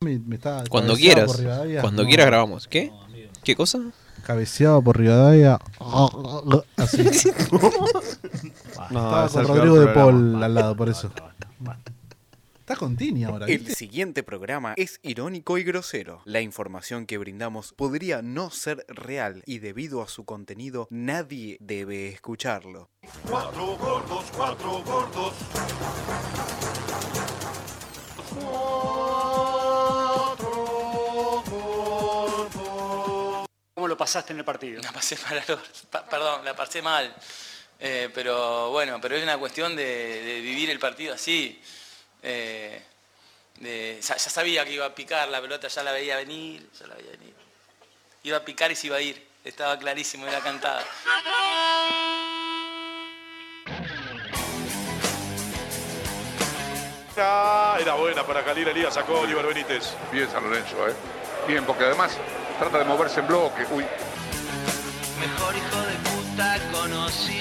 me, me estaba Cuando cabeceado quieras. por Rivadavia. Cuando No, quieras grabamos. ¿Qué? ¿Qué cosa? Cabeceado por Rivadavia. Así. Estaba es el con peor Rodrigo de programa. Paul al lado, por eso. Está con Tini ahora. El ¿viste? siguiente programa es irónico y grosero. La información que brindamos podría no ser real y debido a su contenido nadie debe escucharlo. Cuatro gordos, cuatro gordos. ¿Cómo lo pasaste en el partido? La pasé mal, al or- pa- perdón, la pasé mal. Eh, pero bueno, pero es una cuestión de, de vivir el partido así. Eh, de- ya, ya sabía que iba a picar la pelota, ya la veía venir, ya la veía venir. Iba a picar y se iba a ir. Estaba clarísimo, era cantada. Ah, Era buena para Khalil Elías, sacó Oliver Benítez. Bien San Lorenzo, ¿eh? Bien, porque además trata de moverse en bloque. Uy, Mejor hijo de puta conocido.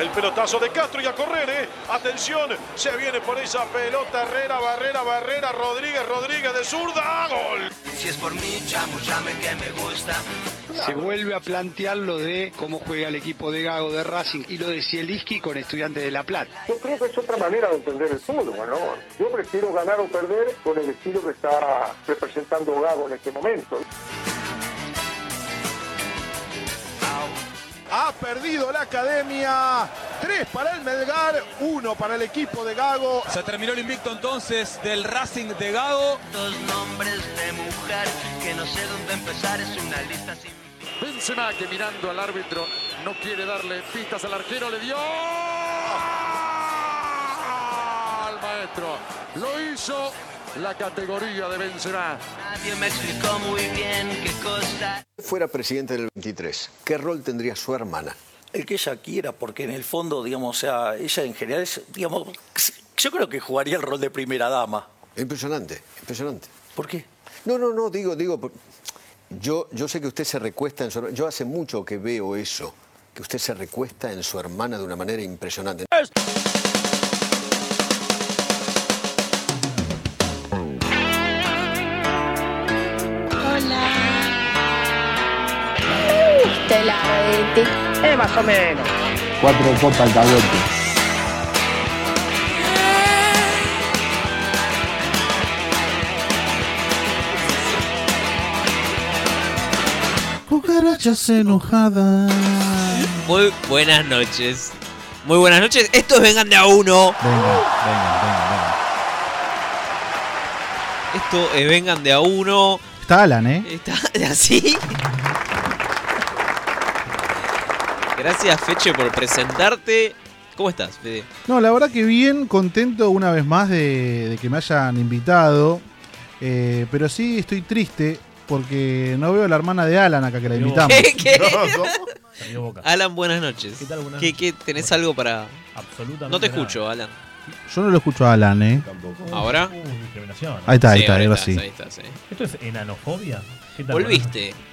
El pelotazo de Castro y a correr, ¿eh? Atención, se viene por esa pelota. Herrera, Barrera, Barrera, Rodríguez, Rodríguez de zurda. ¡Ah, ¡Gol! Si es por mí, chamullame que me gusta. Se vuelve a plantear lo de cómo juega el equipo de Gago de Racing y lo de Zielinski con Estudiantes de La Plata. Yo creo que es otra manera de entender el fútbol, ¿no? Yo prefiero ganar o perder con el estilo que está representando Gago en este momento. Ha perdido la academia. Tres para el Melgar, uno para el equipo de Gago. Se terminó el invicto entonces del Racing de Gago. Dos nombres de mujer que no sé dónde empezar, es una lista sin fin. Benzema que mirando al árbitro no quiere darle pistas al arquero, le dio al maestro. Lo hizo la categoría de Benzema. Nadie me explicó muy bien qué cosa. fuera presidente del 23, ¿qué rol tendría su hermana? El que ella quiera, porque en el fondo, digamos, o sea, ella en general es, digamos, yo creo que jugaría el rol de primera dama. Impresionante, impresionante. ¿Por qué? No, no, no, digo, digo, por- yo, yo sé que usted se recuesta en su hermana, yo hace mucho que veo eso, que usted se recuesta en su hermana de una manera impresionante. Cuatro copas al cagote. Cucarachas enojadas. Muy buenas noches. Muy buenas noches. Esto es Vengan de a uno. Venga, venga, venga, venga. Esto es Vengan de a uno. Está Alan, ¿eh? Está así. Gracias, Feche, por presentarte. ¿Cómo estás, Fede? No, la verdad que bien contento una vez más de, de que me hayan invitado. Eh, pero sí estoy triste porque no veo a la hermana de Alan acá que la invitamos. ¿Qué? ¿Qué? Salió boca. Alan, buenas noches. ¿Qué tal? Buenas ¿Qué, noches. qué? tenés algo para.? Absolutamente. No te nada. escucho, Alan. Yo no lo escucho a Alan, ¿eh? Tampoco. ¿Ahora? Uh, discriminación. Ahí está, ahí Sí, está, ahora ahora estás, sí. ahí estás, eh. ¿Esto es enanofobia? ¿Qué tal, Volviste. hermano?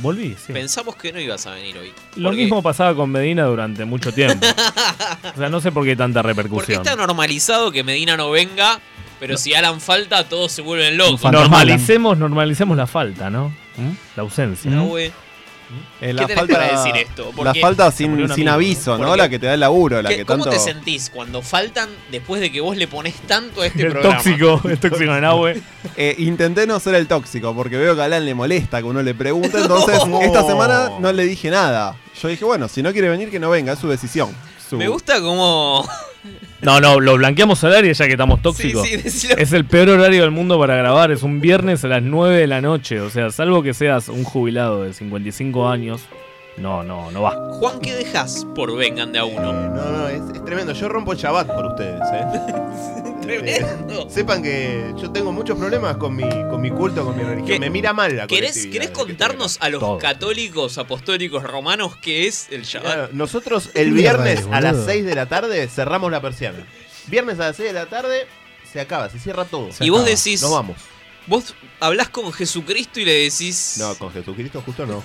Volví, sí. Pensamos que no ibas a venir hoy. Lo Porque- mismo pasaba con Medina durante mucho tiempo. o sea, no sé por qué tanta Porque repercusión. está normalizado que Medina no venga, pero si Alan falta, todos se vuelven locos. fan- Normalicemos, normalicemos la falta, ¿no? ¿Mm? La ausencia. No, güey. Eh, ¿Qué tenés para decir esto? La Porque- falta murió un sin, sin amigo, aviso, ¿no? Porque- La que te da el laburo, la ¿Qué- que ¿Cómo tanto. te sentís cuando faltan después de que vos le pones tanto a este El programa? tóxico, el tóxico de Nahue. Eh, intenté no ser el tóxico, porque veo que a Alan le molesta que uno le pregunte. Entonces, No. esta semana no le dije nada. Yo dije, bueno, si no quiere venir, que no venga, es su decisión. Su- Me gusta como. No, no, lo blanqueamos al área ya que estamos tóxicos. Sí, sí, decilo. Es el peor horario del mundo para grabar, es un viernes a las 9 de la noche, o sea, salvo que seas un jubilado de 55 años, no, no, no va. Juan, ¿qué dejas por vengan de a Eh, uno? no, no, es, es tremendo. Yo rompo el Shabbat por ustedes, ¿eh? Tremendo. Sepan que yo tengo muchos problemas con mi, con mi culto, con mi religión. ¿Qué- Me mira mal la ¿Querés, ¿Querés colectividad de que estoy contarnos a los Todo. católicos apostólicos romanos qué es el acá. Shabbat? Claro, Nosotros el Mierda, viernes a las boludo. 6 de la tarde cerramos la persiana. Viernes a las 6 de la tarde se acaba, se cierra todo. Y vos decís- Nos vamos. Vos hablás con Jesucristo y le decís. No, con Jesucristo justo no.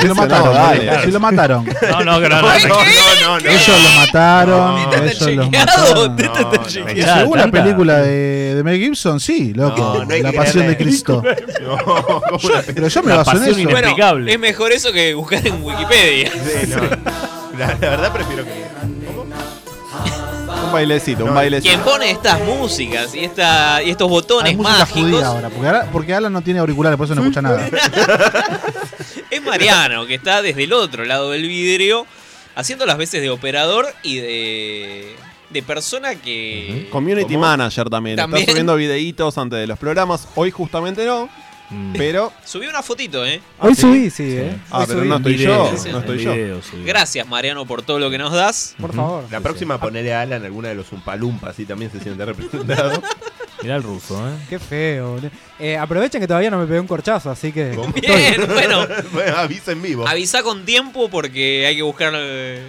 Si lo mataron. boludo, Si lo mataron. No, no, que no, no, no. no, no. Ellos lo mataron. ellos los mataron. Y chequeado. según la Tanta- película de, de Mel Gibson, sí, loco. No, no hay la que pasión de creerle. Cristo. No, ¿cómo la- pero yo me baso en eso. Bueno, es mejor eso que buscar en Wikipedia. La, la verdad prefiero que. Un bailecito, un bailecito. Quien pone estas músicas y, esta, y estos botones Hay música mágicos judía ahora, porque, ahora- porque Alan no tiene auriculares, por eso no escucha nada. es Mariano, que está desde el otro lado del vidrio, haciendo las veces de operador y de, de persona que... Community ¿Cómo? manager también. También. Está subiendo videitos antes de los programas. Hoy justamente no. Pero. Subí una fotito, ¿eh? Hoy subí, sí, eh. Ah, Hoy pero subí. no estoy Video, yo. sí, No sí. estoy yo. Video, Gracias, Mariano, por todo lo que nos das. La próxima ponele a Alan alguna de los Umpalumpas, así también se siente representado. Mirá el ruso, ¿eh? Qué feo, boludo. Eh, aprovechen que todavía no me pegué un corchazo, así que. Bien, bueno. avisa en vivo. Avisa con tiempo porque hay que buscar. eh,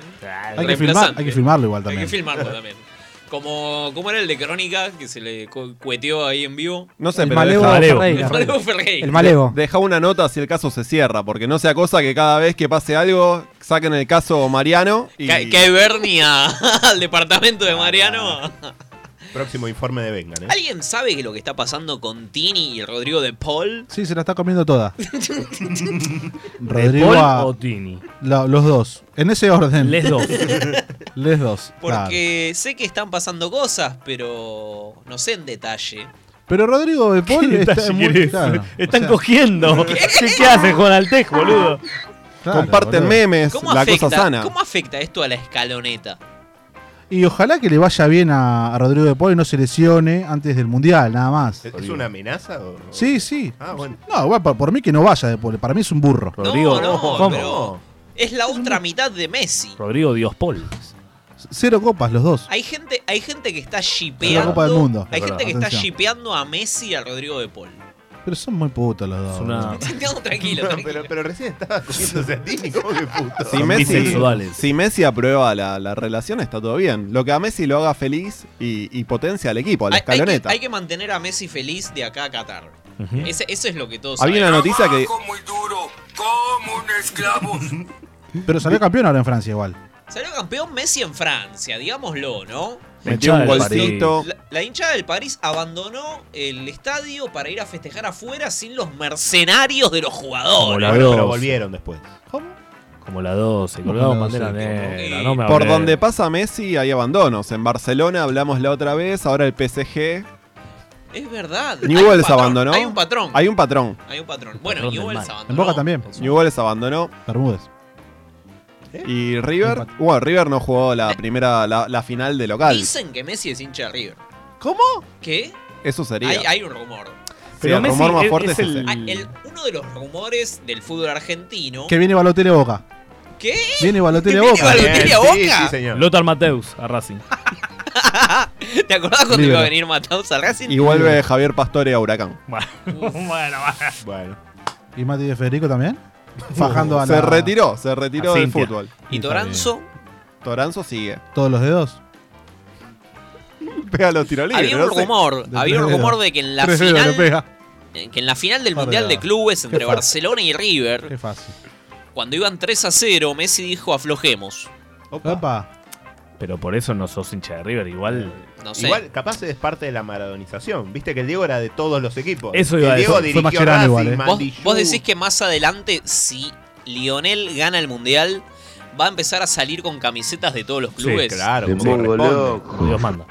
Hay que, filmar, hay que filmarlo igual Hay que también. filmarlo también. Como, ¿Cómo era el de Crónica que se le co- cueteó ahí en vivo? No sé, El pero malevo deja- Ferreira. El malevo Ferreira. El malevo. De- Deja una nota si el caso se cierra, porque no sea cosa que cada vez que pase algo saquen el caso Mariano y Que, que Bernie a- al departamento de Mariano. Próximo informe de Vengan, ¿eh? ¿Alguien sabe lo que está pasando con Tini y Rodrigo de Paul? Sí, se la está comiendo toda. Paul a- o Tini? La- los dos. En ese orden. Les dos. Les dos. claro. Porque sé que están pasando cosas, pero no sé en detalle. Pero Rodrigo de Paul está detalle muy querés? claro. Están cogiendo. ¿Qué, qué haces con Altec, boludo? Claro, comparten boludo. memes, ¿Cómo la afecta, cosa sana. ¿Cómo afecta esto a la escaloneta? Y ojalá que le vaya bien a, a Rodrigo de Paul y no se lesione antes del Mundial, nada más. ¿Es, es una amenaza o.? Sí, sí. Ah, bueno. No, bueno, por, por mí que no vaya de Paul. Para mí es un burro. Rodrigo. No, ¿Cómo? pero es la otra mitad de Messi. Rodrigo Dios Paul. Cero copas los dos. Hay gente, hay gente que está Es la Copa del Mundo. shipeando. Hay Es verdad. gente que está Atención. shipeando a Messi y a Rodrigo de Paul. Pero son muy putos los dos. boludo. No, tranquilo, No, tranquilo. pero, pero recién estaba comiéndose a Tini, ¿cómo que puto? Si Messi, si Messi aprueba la, la relación, está todo bien. Lo que a Messi lo haga feliz y, y potencia al equipo, a la Hay- hay, que, escaloneta. hay que mantener a Messi feliz de acá a Qatar. Ujú. Ese- eso es lo que todos Había una sabemos. noticia que. Pero salió campeón ahora en Francia igual. Salió campeón Messi en Francia, digámoslo, ¿no? Metió un golcito. La, la hinchada del París abandonó el estadio para ir a festejar afuera sin los mercenarios de los jugadores. Como la Bueno, 12. pero volvieron después. Como la 12, colgamos la bandera 12, negra. No me Por hablé. donde pasa Messi hay abandonos. En Barcelona hablamos la otra vez, ahora el PSG. Es verdad. Hay un Newell's patrón, abandonó. Hay un patrón. Hay un patrón. Hay un patrón. Bueno, Patrón del Newell's mal. abandonó. En Boca también. Newell's abandonó. Bermúdez. ¿Eh? Y River. Bueno, River no jugó la primera, la, la final de local. Dicen que Messi es hincha de River. ¿Cómo? ¿Qué? Eso sería. Hay, hay un rumor. Pero el rumor más fuerte es, ese. Ah, Mm. el- uno de los rumores del fútbol argentino. Que viene Balotelli a Boca. ¿Qué? Viene Balotelli a ¿Viene Boca. Balotelli a Sí, Boca? sí, señor. Lothar Mateus a Racing. ¿Te acordás cuando Libero. iba a venir Matados al Racing? Y vuelve Javier Pastore a Huracán. bueno, bueno. ¿Y Mati de Federico también? Fajando a la... Uh, Se retiró, se retiró a del Cintia. fútbol. ¿Y Toranzo? Toranzo sigue. ¿Todos los dedos? Pega los tiros libres. Había un no sé. rumor, había un rumor de que en la Tres dedos final, le pega. eh, que en la final del Par de mundial de dados. clubes Qué entre fácil. Barcelona y River, Qué fácil. cuando iban 3 a 0, Messi dijo aflojemos. Opa. Pero por eso no sos hincha de River, igual. No sé. Igual, capaz es parte de la maradonización. Viste que el Diego era de todos los equipos. Eso El iba a Diego decir. dirigió Fue Mascherano Racing, igual, ¿eh? ¿Vos, Mandillú. vos decís que más adelante, si Lionel gana el mundial, va a empezar a salir con camisetas de todos los clubes. claro, como corresponde.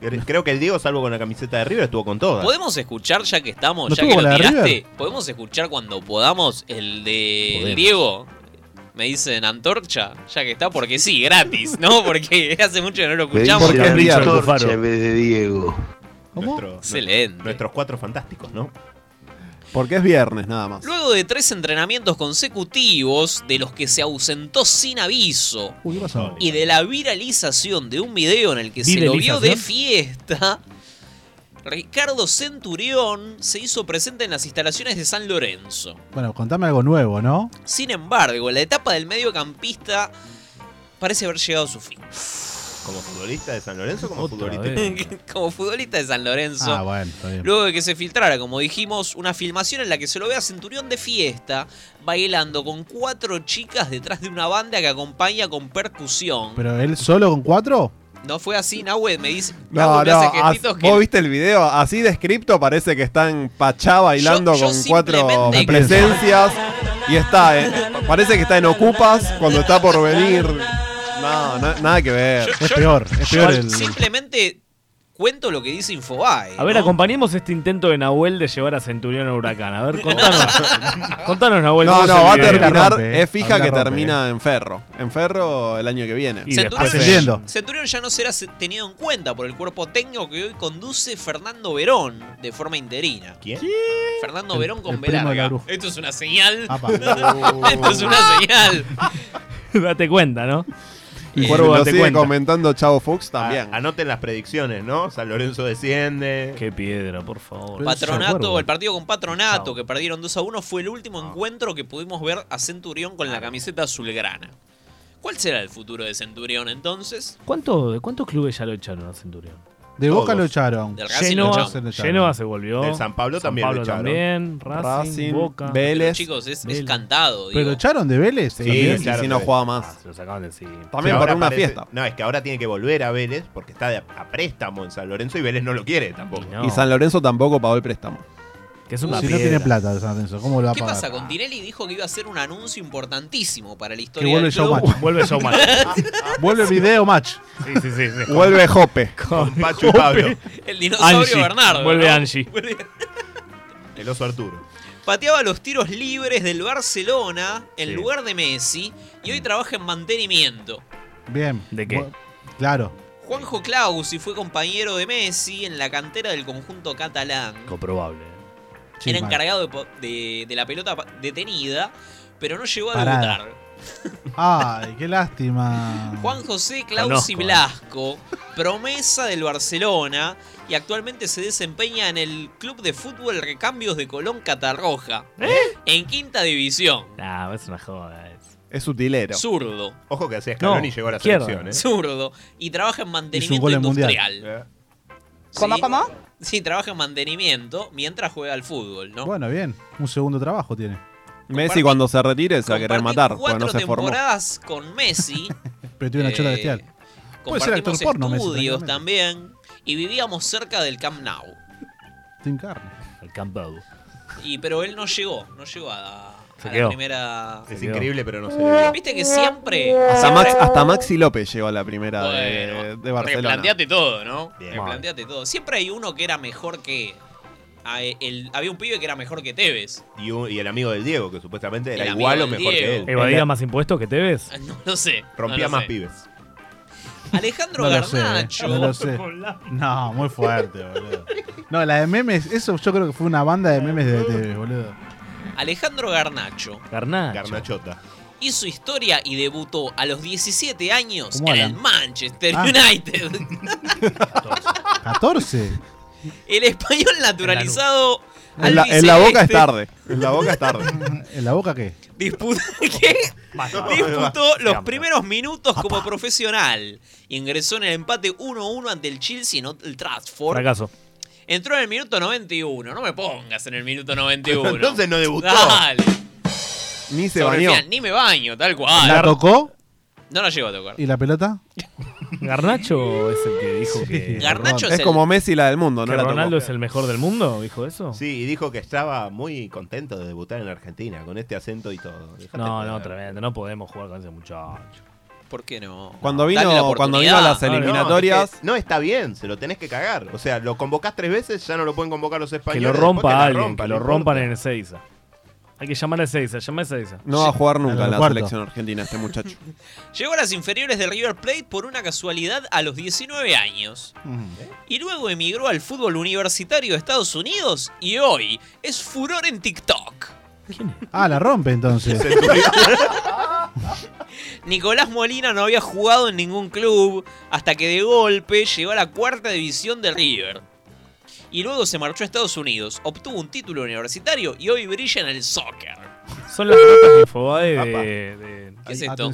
Cre- Creo que el Diego, salvo con la camiseta de River, estuvo con todas. ¿Podemos escuchar, ya que estamos, ¿No ya que estuvo lo la de tiraste? River? ¿Podemos escuchar cuando podamos el de Podemos. Diego? Me dicen antorcha, ya que está, porque sí, gratis, ¿no? Porque hace mucho que no lo Me escuchamos. dice Porque la Richard antorcha Alfaro. en vez de Diego. Nuestro- Excelente. Nuestros cuatro fantásticos, ¿no? Porque es viernes nada más. Luego de tres entrenamientos consecutivos, de los que se ausentó sin aviso, Uy, ¿qué pasó? y de la viralización de un video en el que se lo vio de ¿Viralización? fiesta, Ricardo Centurión se hizo presente en las instalaciones de San Lorenzo. Bueno, contame algo nuevo, ¿no? Sin embargo, la etapa del mediocampista parece haber llegado a su fin. Como futbolista de San Lorenzo, como Otra futbolista. vez. como futbolista de San Lorenzo. Ah, bueno, está bien. Luego de que se filtrara, como dijimos, una filmación en la que se lo ve a Centurión de fiesta, bailando con cuatro chicas detrás de una banda que acompaña con percusión. ¿Pero él solo con cuatro? No fue así, Nahue me dice. No, Nahue me no, hace as- gestitos que- vos viste el video, así descripto parece que está en Pachá bailando Yo- yo con cuatro simplemente- presencias y está, eh, parece que está en Ocupas cuando está por venir. No, no- nada que ver. Es peor, es peor Yo Simplemente cuento lo que dice Infobae. A ver, acompañemos este intento de Nahuel de llevar a Centurión a Huracán. A ver, contanos. contanos, Nahuel. No, ¿cómo no, es el va a video? terminar, es fija que termina en Ferro. En Ferro el año que viene. ya- Centurión ya no será se- tenido en cuenta por el cuerpo técnico que hoy conduce Fernando Verón de forma interina. ¿Quién? Fernando El- Verón con el primo de la Belarga. bruja. Esto es una señal. Apa. Esto es una señal. date cuenta, ¿no? Y Cuervo, lo date sigue cuenta. comentando Chavo Fuchs también. A- anoten las predicciones, ¿no? San Lorenzo desciende. Qué piedra, por favor. Patronato, el partido con Patronato que perdieron 2 a 1 fue el último encuentro que pudimos ver a Centurión con la camiseta azulgrana. ¿Cuál será el futuro de Centurión entonces? ¿Cuánto, ¿De cuántos clubes ya lo echaron a Centurión? De Boca lo echaron. Del Racing Genoa- lo echaron. Genoa se volvió. Del San Pablo San también lo Pablo echaron. también, Racing, Racing, Boca. Vélez. Chicos, es, es cantado. ¿Pero lo echaron de Vélez? Sí, También. claro. Si no jugaba más. Ah, se lo sacaban de encima. También ahora para una parece- fiesta. No, es que ahora tiene que volver a Vélez porque está de- a préstamo en San Lorenzo y Vélez no lo quiere tampoco. Y San Lorenzo tampoco pagó el préstamo. Que si no tiene plata el San Lorenzo, ¿cómo lo va a ¿Qué pagar? pasa? Continelli dijo que iba a hacer un anuncio importantísimo para la Que historia vuelve del club. Showmatch. Vuelve Showmatch. vuelve video match. Sí, sí, sí. sí. Vuelve Jope. Con Pachu y Pablo. El dinosaurio Angie. Bernardo. Vuelve ¿no? Angie. El oso Arturo. Pateaba los tiros libres del Barcelona en Sí. lugar de Messi y hoy trabaja en mantenimiento. Bien. ¿De qué? Claro. Juanjo Clausi fue compañero de Messi en la cantera del conjunto catalán. Comprobable. Era encargado de, po- de- de la pelota pa- detenida, pero no llegó a Parada. debutar. Ay, qué lástima. Juan José Clausi Conozco, eh. Blasco, promesa del Barcelona, y actualmente se desempeña en el Club de Fútbol Recambios de Colón Catarroja, ¿Eh? en quinta división. Nah, es una joda. Es, es utilero. Zurdo. Ojo que hacía Scaloni No, y llegó a la izquierda. selección, ¿eh? Zurdo. Y trabaja en Hizo un mantenimiento gol en Mundial. Eh. industrial. ¿Cómo, cómo? Sí, trabaja en mantenimiento mientras juega al fútbol, ¿no? Bueno, bien. Un segundo trabajo tiene. Messi cuando se retire se va a querer matar, porque Cuatro no se formó. temporadas con Messi. Pero tiene una chota Eh, bestial. Puede ser actor Compartimos porno, Messi, estudios tranquilamente. también. Y vivíamos cerca del Camp Nou. Te encarna. El Campbell. Y, pero él no llegó, no llegó a, Se a quedó. la primera. Es increíble, pero no se Viste que siempre. Hasta, Max- siempre- hasta Maxi López llegó a la primera de- de, Barcelona. Replanteate todo, ¿no? Bien. Replanteate todo. Siempre hay uno que era mejor que. a- el- había un pibe que era mejor que Tevez. Y, un- y el amigo del Diego, que supuestamente era El amigo igual o del mejor que Diego. él. ¿Evadía más impuestos que te ves? No lo sé. no Rompía lo más sé. pibes. Alejandro No lo sé, eh. Garnacho. no lo sé. No, muy fuerte, boludo. No, la de memes, eso yo creo que fue una banda de memes de TV, boludo. Alejandro Garnacho Garnacho. Garnachota. hizo historia y debutó a los 17 años ¿Cómo en Alan? el Manchester Ah. United. 14. El español naturalizado. En la, en la albiceleste boca es tarde. En la boca es tarde. ¿En la boca qué? Disputó, ¿qué? Disputó basta. los primeros minutos como profesional. Ingresó en el empate 1-1 ante el Chelsea en el Trafford. Fracaso. Entró en el minuto 91. No me pongas en el minuto 91. Entonces no debutó. Dale. Ni se Sobre el bañó. final, Ni me baño, tal cual. ¿La tocó? No la llegó a tocar. ¿Y la pelota? ¿Garnacho es el que dijo que. Garnacho es como Messi la del mundo, que no la tocó. Ronaldo es el mejor del mundo, dijo eso. Sí, y dijo que estaba muy contento de debutar en la Argentina, con este acento y todo. Dejate No, no, joder. tremendo. No podemos jugar con ese muchacho. ¿Por qué no? Cuando vino- Dale la cuando vino oportunidad. a las Ah, eliminatorias- No, es que no, está bien, se lo tenés que cagar. O sea, lo convocás tres veces, ya no lo pueden convocar los Que españoles. lo después rompa que la alguien, rompan, que lo no rompan importa. en Ezeiza. Hay que llamar a Ezeiza, llama a Ezeiza. No va a jugar nunca en la Aeropuerto. selección argentina este muchacho. Llegó a las inferiores de River Plate por una casualidad a los 19 años. Y luego emigró al fútbol universitario de Estados Unidos y hoy es furor en TikTok. Ah, la rompe entonces. Nicolás Molina no había jugado en ningún club hasta que de golpe llegó a la cuarta división de River. Y luego se marchó a Estados Unidos, obtuvo un título universitario y hoy brilla en el soccer. Son las notas de Infobae de, de- ¿Qué es esto?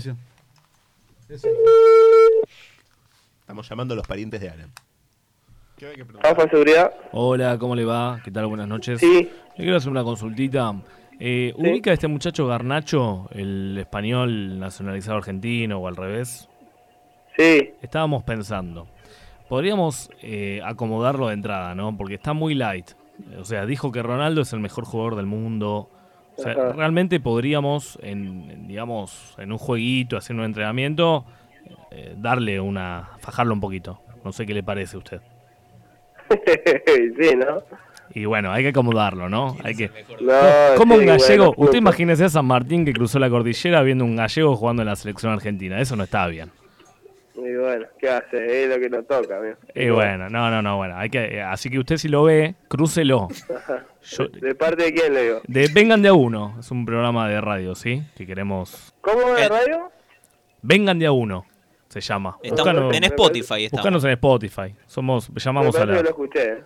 Estamos llamando a los parientes de Alan. Rafa, seguridad. Hola, ¿cómo le va? ¿Qué tal? Buenas noches. Sí. Le quiero hacer una consultita. Eh, ¿Ubica a este muchacho Garnacho, el español nacionalizado argentino o al revés? Sí. Estábamos pensando. Podríamos eh, acomodarlo de entrada, ¿no? Porque está muy light. O sea, dijo que Ronaldo es el mejor jugador del mundo. O sea, Ajá. realmente podríamos, en, en, digamos, en un jueguito, haciendo un entrenamiento, eh, darle una. fajarlo un poquito. No sé qué le parece a usted. sí, ¿no? Y bueno, hay que acomodarlo, ¿no? Hay que... No, Como Ah, sí, un gallego, bueno, usted imagínese a San Martín que cruzó la cordillera viendo un gallego jugando en la selección argentina, eso no está bien. Y bueno, ¿qué hace? Es lo que nos toca, amigo. Y bueno, no, no, no, bueno, hay que... eh, Así que usted si lo ve, crúcelo. Yo- ¿De parte de quién le digo? de Vengan de a uno, es un programa de radio, ¿sí? Que queremos... ¿Cómo de radio? Vengan de a uno, se llama. Estamos- en Spotify estamos. Buscanos en Spotify, somos, llamamos Me a parece la... que lo escuché. ¿eh?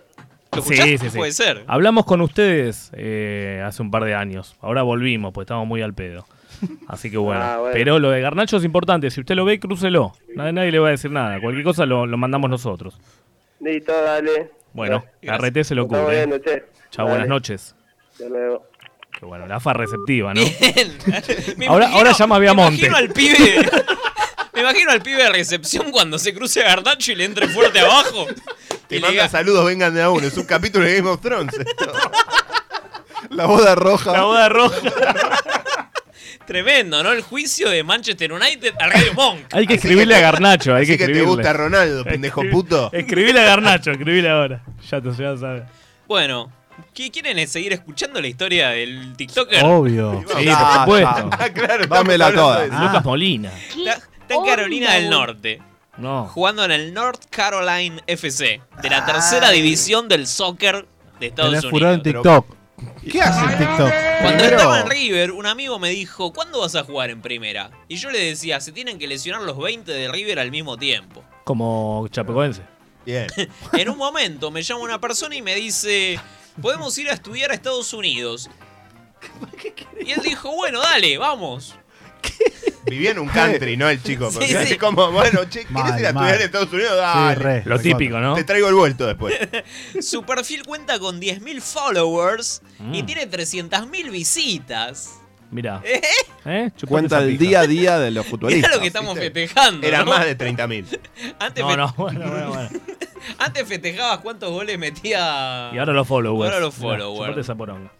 Sí, sí, sí. Puede ser. Hablamos con ustedes eh, hace un par de años. Ahora volvimos, pues estábamos muy al pedo. Así que bueno. Ah, bueno. Pero lo de Garnacho es importante. Si usted lo ve, crúcelo. Nadie, nadie le va a decir nada. Cualquier cosa lo, lo mandamos nosotros. Listo, dale. Bueno, la RT se lo Nos estamos cubre. viendo, che. Chao, Dale. buenas noches. Hasta luego. Que bueno, la AFA receptiva, ¿no? Me ahora, imagino- ahora llama a Me Viamonte. imagino al pibe. Me imagino al pibe de recepción cuando se cruce a Garnacho y le entre fuerte abajo. Te manda saludos, vengan de a uno. Es un capítulo de Game of Thrones. esto. La boda roja. La boda roja. Tremendo, ¿no? El juicio de Manchester United a Radio Monk. Hay que escribirle a Garnacho. Hay Así que que te escribirle. gusta Ronaldo, pendejo puto. Escribile a Garnacho, escribile ahora. Ya te ya sabes. Bueno, ¿qué- ¿quieren seguir escuchando la historia del TikToker? Obvio. Sí, por Ah, supuesto. ya. Claro, Dámela estamos hablando toda. de Ah. eso. Lucas Molina. Está en Carolina onda, del boludo? Norte, No. jugando en el North Carolina FC, de la tercera división del soccer de Estados Tenés Unidos. furor en TikTok. ¿Qué hace el TikTok? Cuando Primero, estaba en River, un amigo me dijo, ¿cuándo vas a jugar en primera? Y yo le decía, se tienen que lesionar los 20 de River al mismo tiempo. Como chapecoense. Bien. En un momento me llama una persona y me dice, podemos ir a estudiar a Estados Unidos. Y él dijo, bueno, dale, vamos. Vivía en un country, ¿no? El chico. Porque Sí, así sí. como, bueno, che, ¿quieres Mal, ir a mal. estudiar en Estados Unidos? Dale. Sí, re. Lo Recuerdo. típico, ¿no? Te traigo el vuelto después. Su perfil cuenta con 10.000 followers y Mm. tiene 300.000 visitas. Mira. ¿Eh? ¿Eh? Cuenta el día a día de los futbolistas. Mirá lo que estamos festejando. Era ¿no? más de 30.000. Antes, No, fe- no, bueno, bueno, bueno. antes festejabas cuántos goles metía. Y ahora los followers. Ahora los Mirá, followers. chupate esa poronga.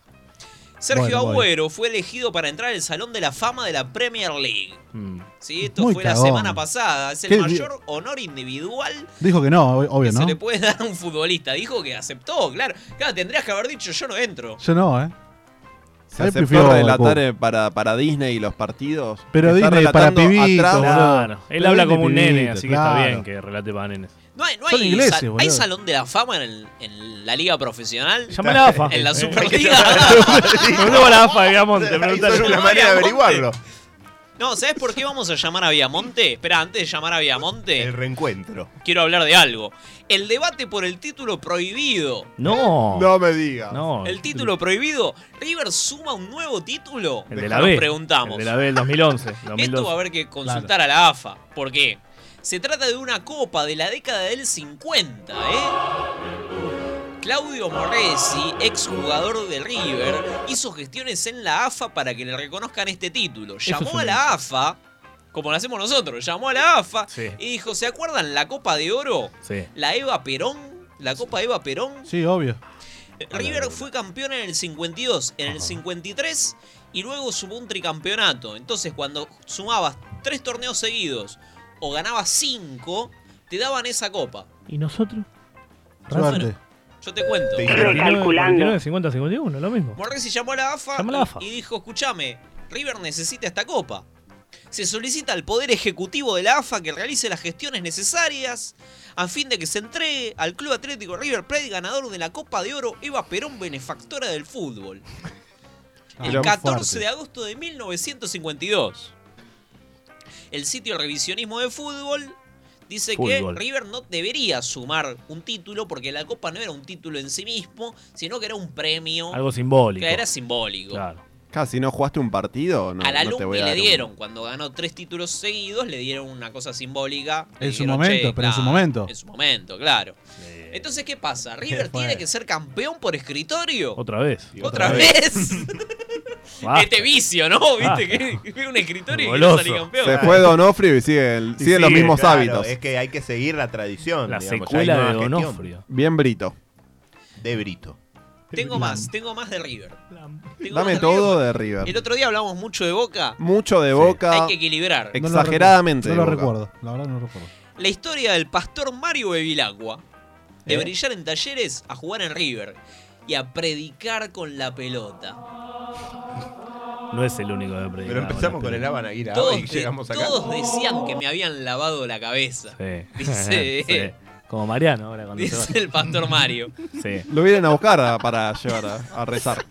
Sergio Bueno, voy. Agüero fue elegido para entrar al Salón de la Fama de la Premier League. Mm. Sí, esto Muy fue cagón. la semana pasada. Es el Qué di- mayor honor individual Dijo que no, ob- obvio, que se ¿no? le puede dar a un futbolista. Dijo que aceptó, claro. Claro, tendrías que haber dicho yo no entro. Yo no, ¿eh? Se Ahí aceptó prefiero- relatar eh, para, para Disney los partidos. Pero Está Disney para relatando pibitos, atrás. boludo. Claro. Él Pero habla vende como un pibito, nene, así que claro. está bien que relate para nenes. No hay, no Son hay ingleses, sal- boludo. ¿hay salón de la fama en, el- en la liga profesional. Llama a la AFA. En la Eh, Superliga. Preguntó a la AFA, digamos. Te preguntan- Es una manera de averiguarlo. No, ¿sabes por qué vamos a llamar a Viamonte? Espera, antes de llamar a El Viamonte, reencuentro. quiero hablar de algo. El debate por el título prohibido. No. No me digas. No. El título prohibido. ¿River suma un nuevo título? El de la Nos B. preguntamos. El de la B del 2011. Esto va a 2012. haber que consultar a la AFA. ¿Por qué? Se trata de una copa de la década del 50, ¿eh? Claudio Moresi, exjugador de River, hizo gestiones en la AFA para que le reconozcan este título. Llamó es un- a la AFA, como lo hacemos nosotros, llamó a la AFA Sí. y dijo, ¿se acuerdan la Copa de Oro? Sí. La Eva Perón, la Copa Eva Perón, Sí, obvio. Eh, River fue campeón en el 52, en el 53 y luego sumó un tricampeonato. Entonces, cuando sumabas tres torneos seguidos o ganabas cinco, te daban esa copa. ¿Y nosotros? Suerte. Yo te cuento. Te dijeron 49, 50, 51, lo mismo. Morresi llamó a la AFA, Llamó a la AFA. y dijo, escúchame, River necesita esta copa. Se solicita al Poder Ejecutivo de la AFA que realice las gestiones necesarias a fin de que se entregue al Club Atlético River Plate, ganador de la Copa de Oro Eva Perón, benefactora del fútbol. El Ah. Pero 14 fuerte. de agosto de 1952. El sitio Revisionismo de Fútbol dice Fútbol. que River no debería sumar un título porque la Copa no era un título en sí mismo, sino que era un premio Algo simbólico. que era simbólico. Claro. Casi no jugaste un partido, no, Al no te alumno voy a le dar un- dieron, cuando ganó tres títulos seguidos, le dieron una cosa simbólica. le En su dijeron, momento, "Che, pero en su claro, momento. En su momento, claro. Entonces, ¿qué pasa? ¿River fue? tiene que ser campeón por escritorio? Otra vez. ¿Otra, vez? Ah. este vicio, ¿no? ¿Viste? Que ve un escritorio y quiere salir campeón. Se fue Donofrio y sigue, el- Y siguen los sigue, mismos claro, hábitos. Es que hay que seguir la tradición. La digamos, secuela ya hay de nueva gestión. Donofrio. Bien brito. De Brito. Tengo más, tengo más de River. Tengo Dame más todo de River. River. El otro día hablamos mucho de Boca. Mucho de Boca. Hay que equilibrar. No lo Exageradamente. recu- No lo de Boca. recuerdo, la verdad no lo recuerdo. La historia del pastor Mario Bevilacqua. De ¿Eh? brillar en talleres a jugar en River. Y a predicar con la pelota. No es el único de predicar. Pero empezamos con el Aban Aguirre Todos, y de- llegamos acá. todos decían que me habían lavado la cabeza. Sí. Dice, Sí. Como Mariano ahora cuando se va. dice el pastor Mario. Sí. Lo vienen a buscar a- para llevar a, a rezar.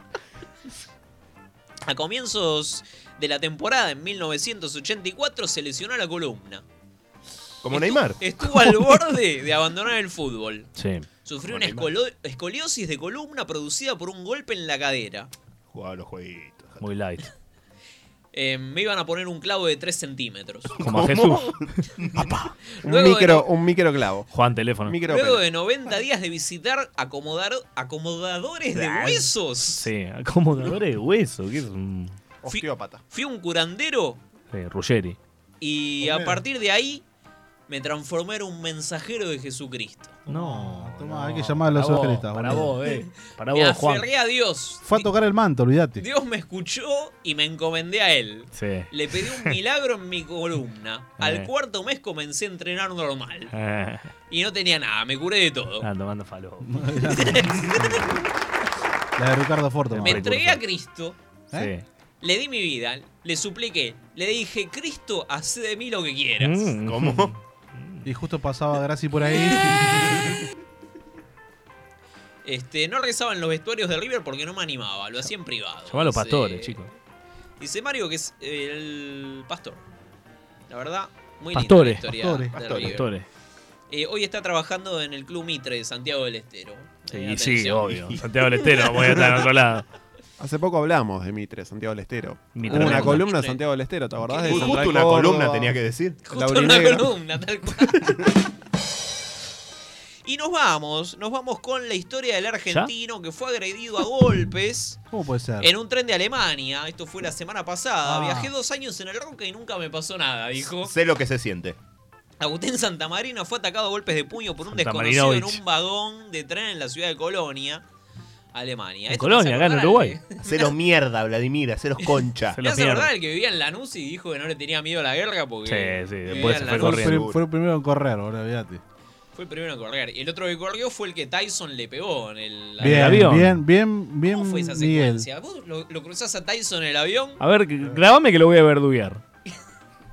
A comienzos de la temporada en 1984 se lesionó la columna. Como Neymar. Estuvo al borde de abandonar el fútbol. Sí. Sufrió Como una escolo- escoliosis de columna producida por un golpe en la cadera. Jugaba los jueguitos. Muy light. Eh, me iban a poner un clavo de 3 centímetros. Como a Jesús. Un Luego de micro, no- un micro clavo. Juan, teléfono. Micro Luego pelo. de 90 días de visitar acomodar, acomodadores de Ay. huesos, Sí, acomodador de hueso. ¿Qué es un. Osteópata. fui un curandero Sí, Ruggeri. y a partir de ahí me transformé en un mensajero de Jesucristo. No. Tomá, hay que llamar a los para vos, evangelistas. para boludo. vos, eh. Para me vos, Juan. aferré a Dios. Fue a tocar el manto, olvídate. Dios me escuchó y me encomendé a él. Sí. Le pedí un milagro en mi columna. Al Eh. cuarto mes comencé a entrenar normal. Eh, Y no tenía nada, me curé de todo. ando, mando falo. La de Ricardo Forto. Me mamá. entregué a Cristo, Sí. le di mi vida, le supliqué, le dije, Cristo, haz de mí lo que quieras. Mm. ¿Cómo? Y justo pasaba Graci por ahí. Este, no rezaba en los vestuarios de River porque no me animaba, lo hacía en privado. Llamá a los Dice- pastores, chicos. Dice Mario que es el pastor. La verdad, muy Pastores. linda la historia Pastores. de Pastores. River. Pastores. Eh, hoy está trabajando en el Club Mitre de Santiago del Estero. Sí, Eh, y sí, atención. obvio. Santiago del Estero, voy a estar en otro lado. Hace poco hablamos de Mitre, Santiago del Estero. Mitre. Hubo una Mitre. columna de Santiago del Estero, ¿te acordás? De Uy, Central justo una Córdoba, columna tenía que decir. Justo Lauri una Negra. columna, tal cual. y nos vamos, nos vamos con la historia del argentino que fue agredido a golpes ¿Cómo puede ser? en un tren de Alemania. Esto fue la semana pasada. Ah. Viajé dos años en el Roca y nunca me pasó nada, dijo. Sé lo que se siente. Agustín Santamarina fue atacado a golpes de puño por un desconocido en Santamarinovich. un vagón de tren en la ciudad de Colonia, Alemania. En Esto me hace Colonia, acá en acordar al Uruguay. Celos mierda, Vladimir, celos concha. Se Me lo hace acordar pierdo. el que vivía en Lanús y dijo que no le tenía miedo a la guerra porque. Sí, sí, vivía después en se fue Lanús. Fue el pri- Fue el primero en correr, boludo, olvídate. Fue el primero en correr. Y el otro que corrió fue el que Tyson le pegó en el Bien, avión. bien, bien, bien, ¿Cómo fue esa Miguel. secuencia? ¿Vos lo, lo cruzás a Tyson en el avión? A ver, g- grabame que lo voy a verduguear.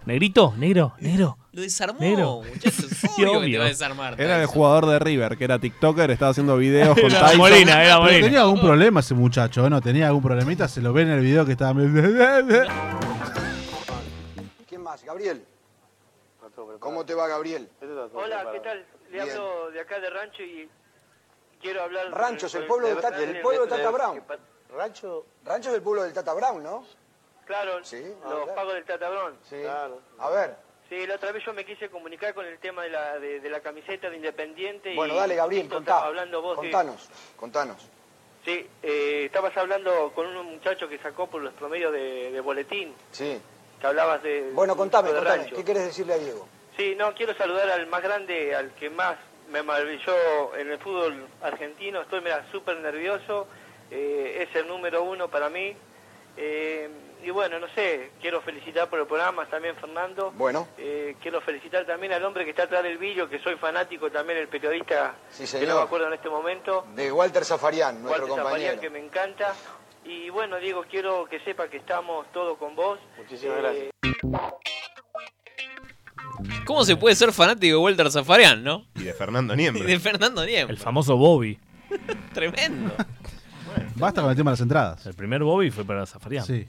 ¿Negrito? ¿Negro? ¿Negro? Lo desarmó, Negro. muchachos. Sí, obvio, que te obvio. va a desarmar. Era el Tyson. jugador de River, que era TikToker, estaba haciendo videos con Era Tyson. Molina, era Ah, Pero Molina. tenía algún problema ese muchacho, ¿eh? ¿no? Tenía algún problemita, se lo ve en el video que estaba... ¿Quién más? Gabriel. ¿Cómo te va, Gabriel? Hola, ¿qué tal? Le Bien. hablo de acá de Rancho y quiero hablar... Rancho es el pueblo del Tata, el pueblo del Tata Brown. Rancho, Rancho es el pueblo del Tata Brown, ¿no? claro, ah, los claro. pagos del Tata Brown. Sí. A ver. Sí, la otra vez yo me quise comunicar con el tema de la, de, de la camiseta de Independiente. y Bueno, dale, Gabriel, justo contá. estabas hablando vos de- Contanos, contanos. sí, eh, estabas hablando con un muchacho que sacó por los promedios de, de boletín, Sí. que hablabas de... Bueno, contame, de contame. Rancho. ¿Qué querés decirle a Diego? Sí, no, quiero saludar al más grande, al que más me maravilló en el fútbol argentino. Estoy, mira, súper nervioso. Eh, es el número uno para mí. Eh, y bueno, no sé, quiero felicitar por el programa también, Fernando. Bueno. Eh, quiero felicitar también al hombre que está atrás del vídeo, que soy fanático también, el periodista, Sí, que no me señor. acuerdo en este momento. De Walter Zafarián, nuestro Walter Zaparián, compañero. que me encanta. Y bueno, Diego, quiero que sepa que estamos todos con vos. Muchísimas gracias. ¿Cómo se puede ser fanático de Walter Zafarian, no? Y de Fernando Y Niembro. de Fernando Niembro. El famoso Bobby. Tremendo. Basta con el tema de las entradas. El primer Bobby fue para Zafarian. Sí.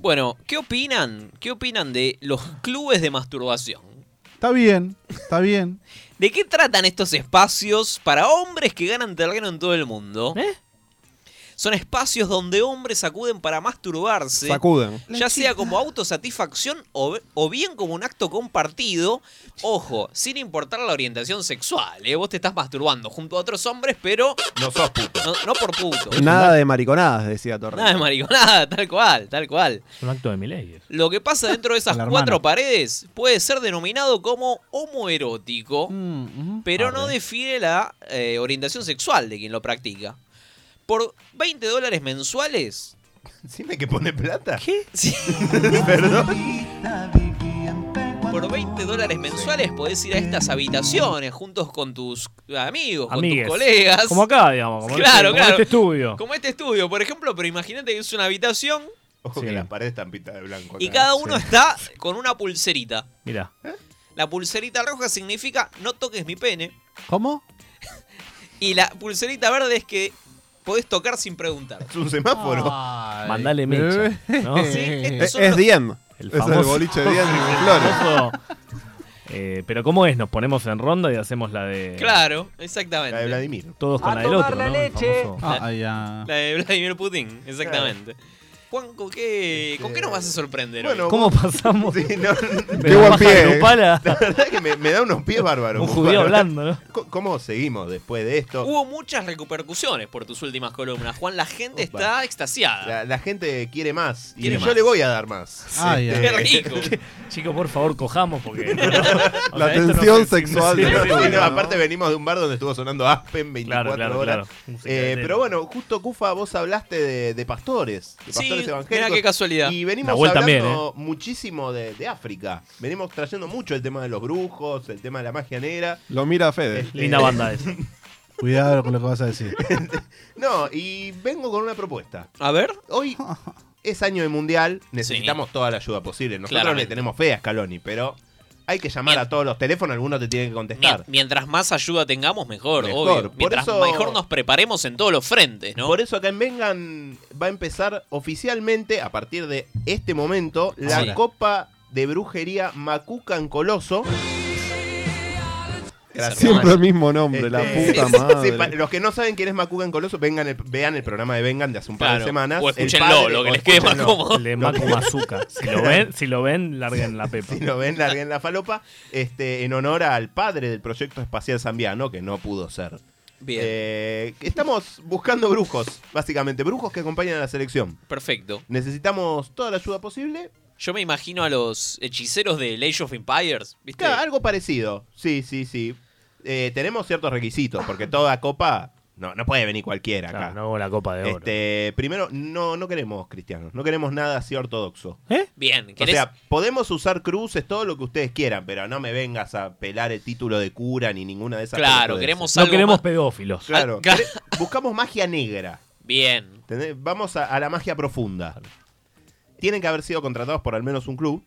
Bueno, ¿qué opinan? ¿Qué opinan de los clubes de masturbación? Está bien, está bien. ¿De ¿Eh? qué tratan estos espacios para hombres que ganan terreno en todo el mundo? Son espacios donde hombres acuden para masturbarse. Sacuden. Ya sea como autosatisfacción o, be- o bien como un acto compartido. Ojo, sin importar la orientación sexual. ¿eh? Vos te estás masturbando junto a otros hombres, pero. No sos puto. No, por puto. Nada de mariconadas, decía Torres. Nada de mariconada, tal cual, tal cual. Un acto de Miley. Lo que pasa dentro de esas La hermana. cuatro paredes puede ser denominado como homoerótico, Mm. pero no define la eh, orientación sexual de quien lo practica. Por 20 dólares mensuales. Dime que pone plata. ¿Qué? Sí. Perdón. Por 20 dólares mensuales podés ir a estas habitaciones juntos con tus amigos, con Amigues. tus colegas. Como acá, digamos. Como, Claro, este, como claro. este estudio. Como este estudio, por ejemplo, pero imagínate que es una habitación Ojo que las paredes están pintadas de blanco. y acá. cada uno está con una pulserita. Mirá. La pulserita roja significa no toques mi pene. ¿Cómo? Y la pulserita verde es que podés tocar sin preguntar. Es un semáforo. Ah, Mandale mecha. ¿no? Sí, estos es son es los- Diem. El es famoso- el boliche de Diem y Flores. famoso- Eh, pero ¿cómo es? Nos ponemos en ronda y hacemos la de... Claro, exactamente. La de Vladimir. Todos con la del otro, ¿no? El famoso- Ah, ahí, ah. La de Vladimir Putin, exactamente. Juan, ¿con qué, ¿con qué nos vas a sorprender? Bueno, hoy? ¿Cómo pasamos? Sí, no, no. De la paja eh. grupal a- La verdad que me, me da unos pies bárbaros. ¿eh? Un judío hablando, ¿no? ¿Cómo seguimos después de esto? Hubo muchas repercusiones por tus últimas columnas, Juan. La gente está extasiada. La, la gente quiere más. Y Quiere yo más. le voy a dar más. Ay, Este, ah. ay. Chicos, por favor, cojamos porque... o La sea, esto no tensión se- sexual. sí, sí, sí, No, sí, no, no. aparte venimos de un bar donde estuvo sonando Aspen 24 Claro, claro, horas. claro. Música Eh, de pero bueno, justo Cufa, vos hablaste de, de pastores, de Sí, pastores evangélicos. mirá qué casualidad. Y venimos Nahuel hablando también, ¿eh? muchísimo de, de África. Venimos trayendo mucho el tema de los brujos, el tema de la magia negra. Lo mira Fede. Este, Linda banda esa. Cuidado con lo que vas a decir. No, y vengo con una propuesta. A ver. Hoy es año de mundial, necesitamos toda la ayuda posible. Nosotros Claramente. le tenemos fe a Scaloni, pero hay que llamar a todos los teléfonos, algunos te tienen que contestar. Mien- Mientras más ayuda tengamos, mejor, Mejor. obvio. Por Mientras eso- mejor nos preparemos en todos los frentes, ¿no? Por eso acá en Vengan va a empezar oficialmente, a partir de este momento, la Ahora. Copa de Brujería Macucan Coloso. Gracias. Siempre el mismo nombre, la Este, puta sí, madre. pa- los que no saben quién es Macucan Coloso, vengan el- vean el programa de Vengan de hace un par Claro, de semanas. o El escúchenlo, lo que o les quede más escúchenlo. cómodo. El de Macu Mazuka. Si lo ven, si lo ven, larguen la pepa. Si lo ven, larguen la falopa. Este, en honor al padre del proyecto espacial zambiano, que no pudo ser. Bien. Eh, estamos buscando brujos, básicamente. Brujos que acompañan a la selección. Perfecto. Necesitamos toda la ayuda posible. Yo me imagino a los hechiceros de Age of Empires, ¿viste? Claro, algo parecido. Sí, sí, sí. Eh, tenemos ciertos requisitos, porque toda copa. No, no puede venir cualquiera acá. Claro, no hago la copa de oro. Este, primero, no, no queremos cristianos, no queremos nada así ortodoxo. Bien, O ¿querés? sea, podemos usar cruces, todo lo que ustedes quieran, pero no me vengas a pelar el título de cura ni ninguna de esas Claro, pelotudeces. queremos No algo queremos más- pedófilos. Claro, Ah, claro. quere- buscamos magia negra. Bien. ¿entendés? Vamos a, a la magia profunda. Tienen que haber sido contratados por al menos un club.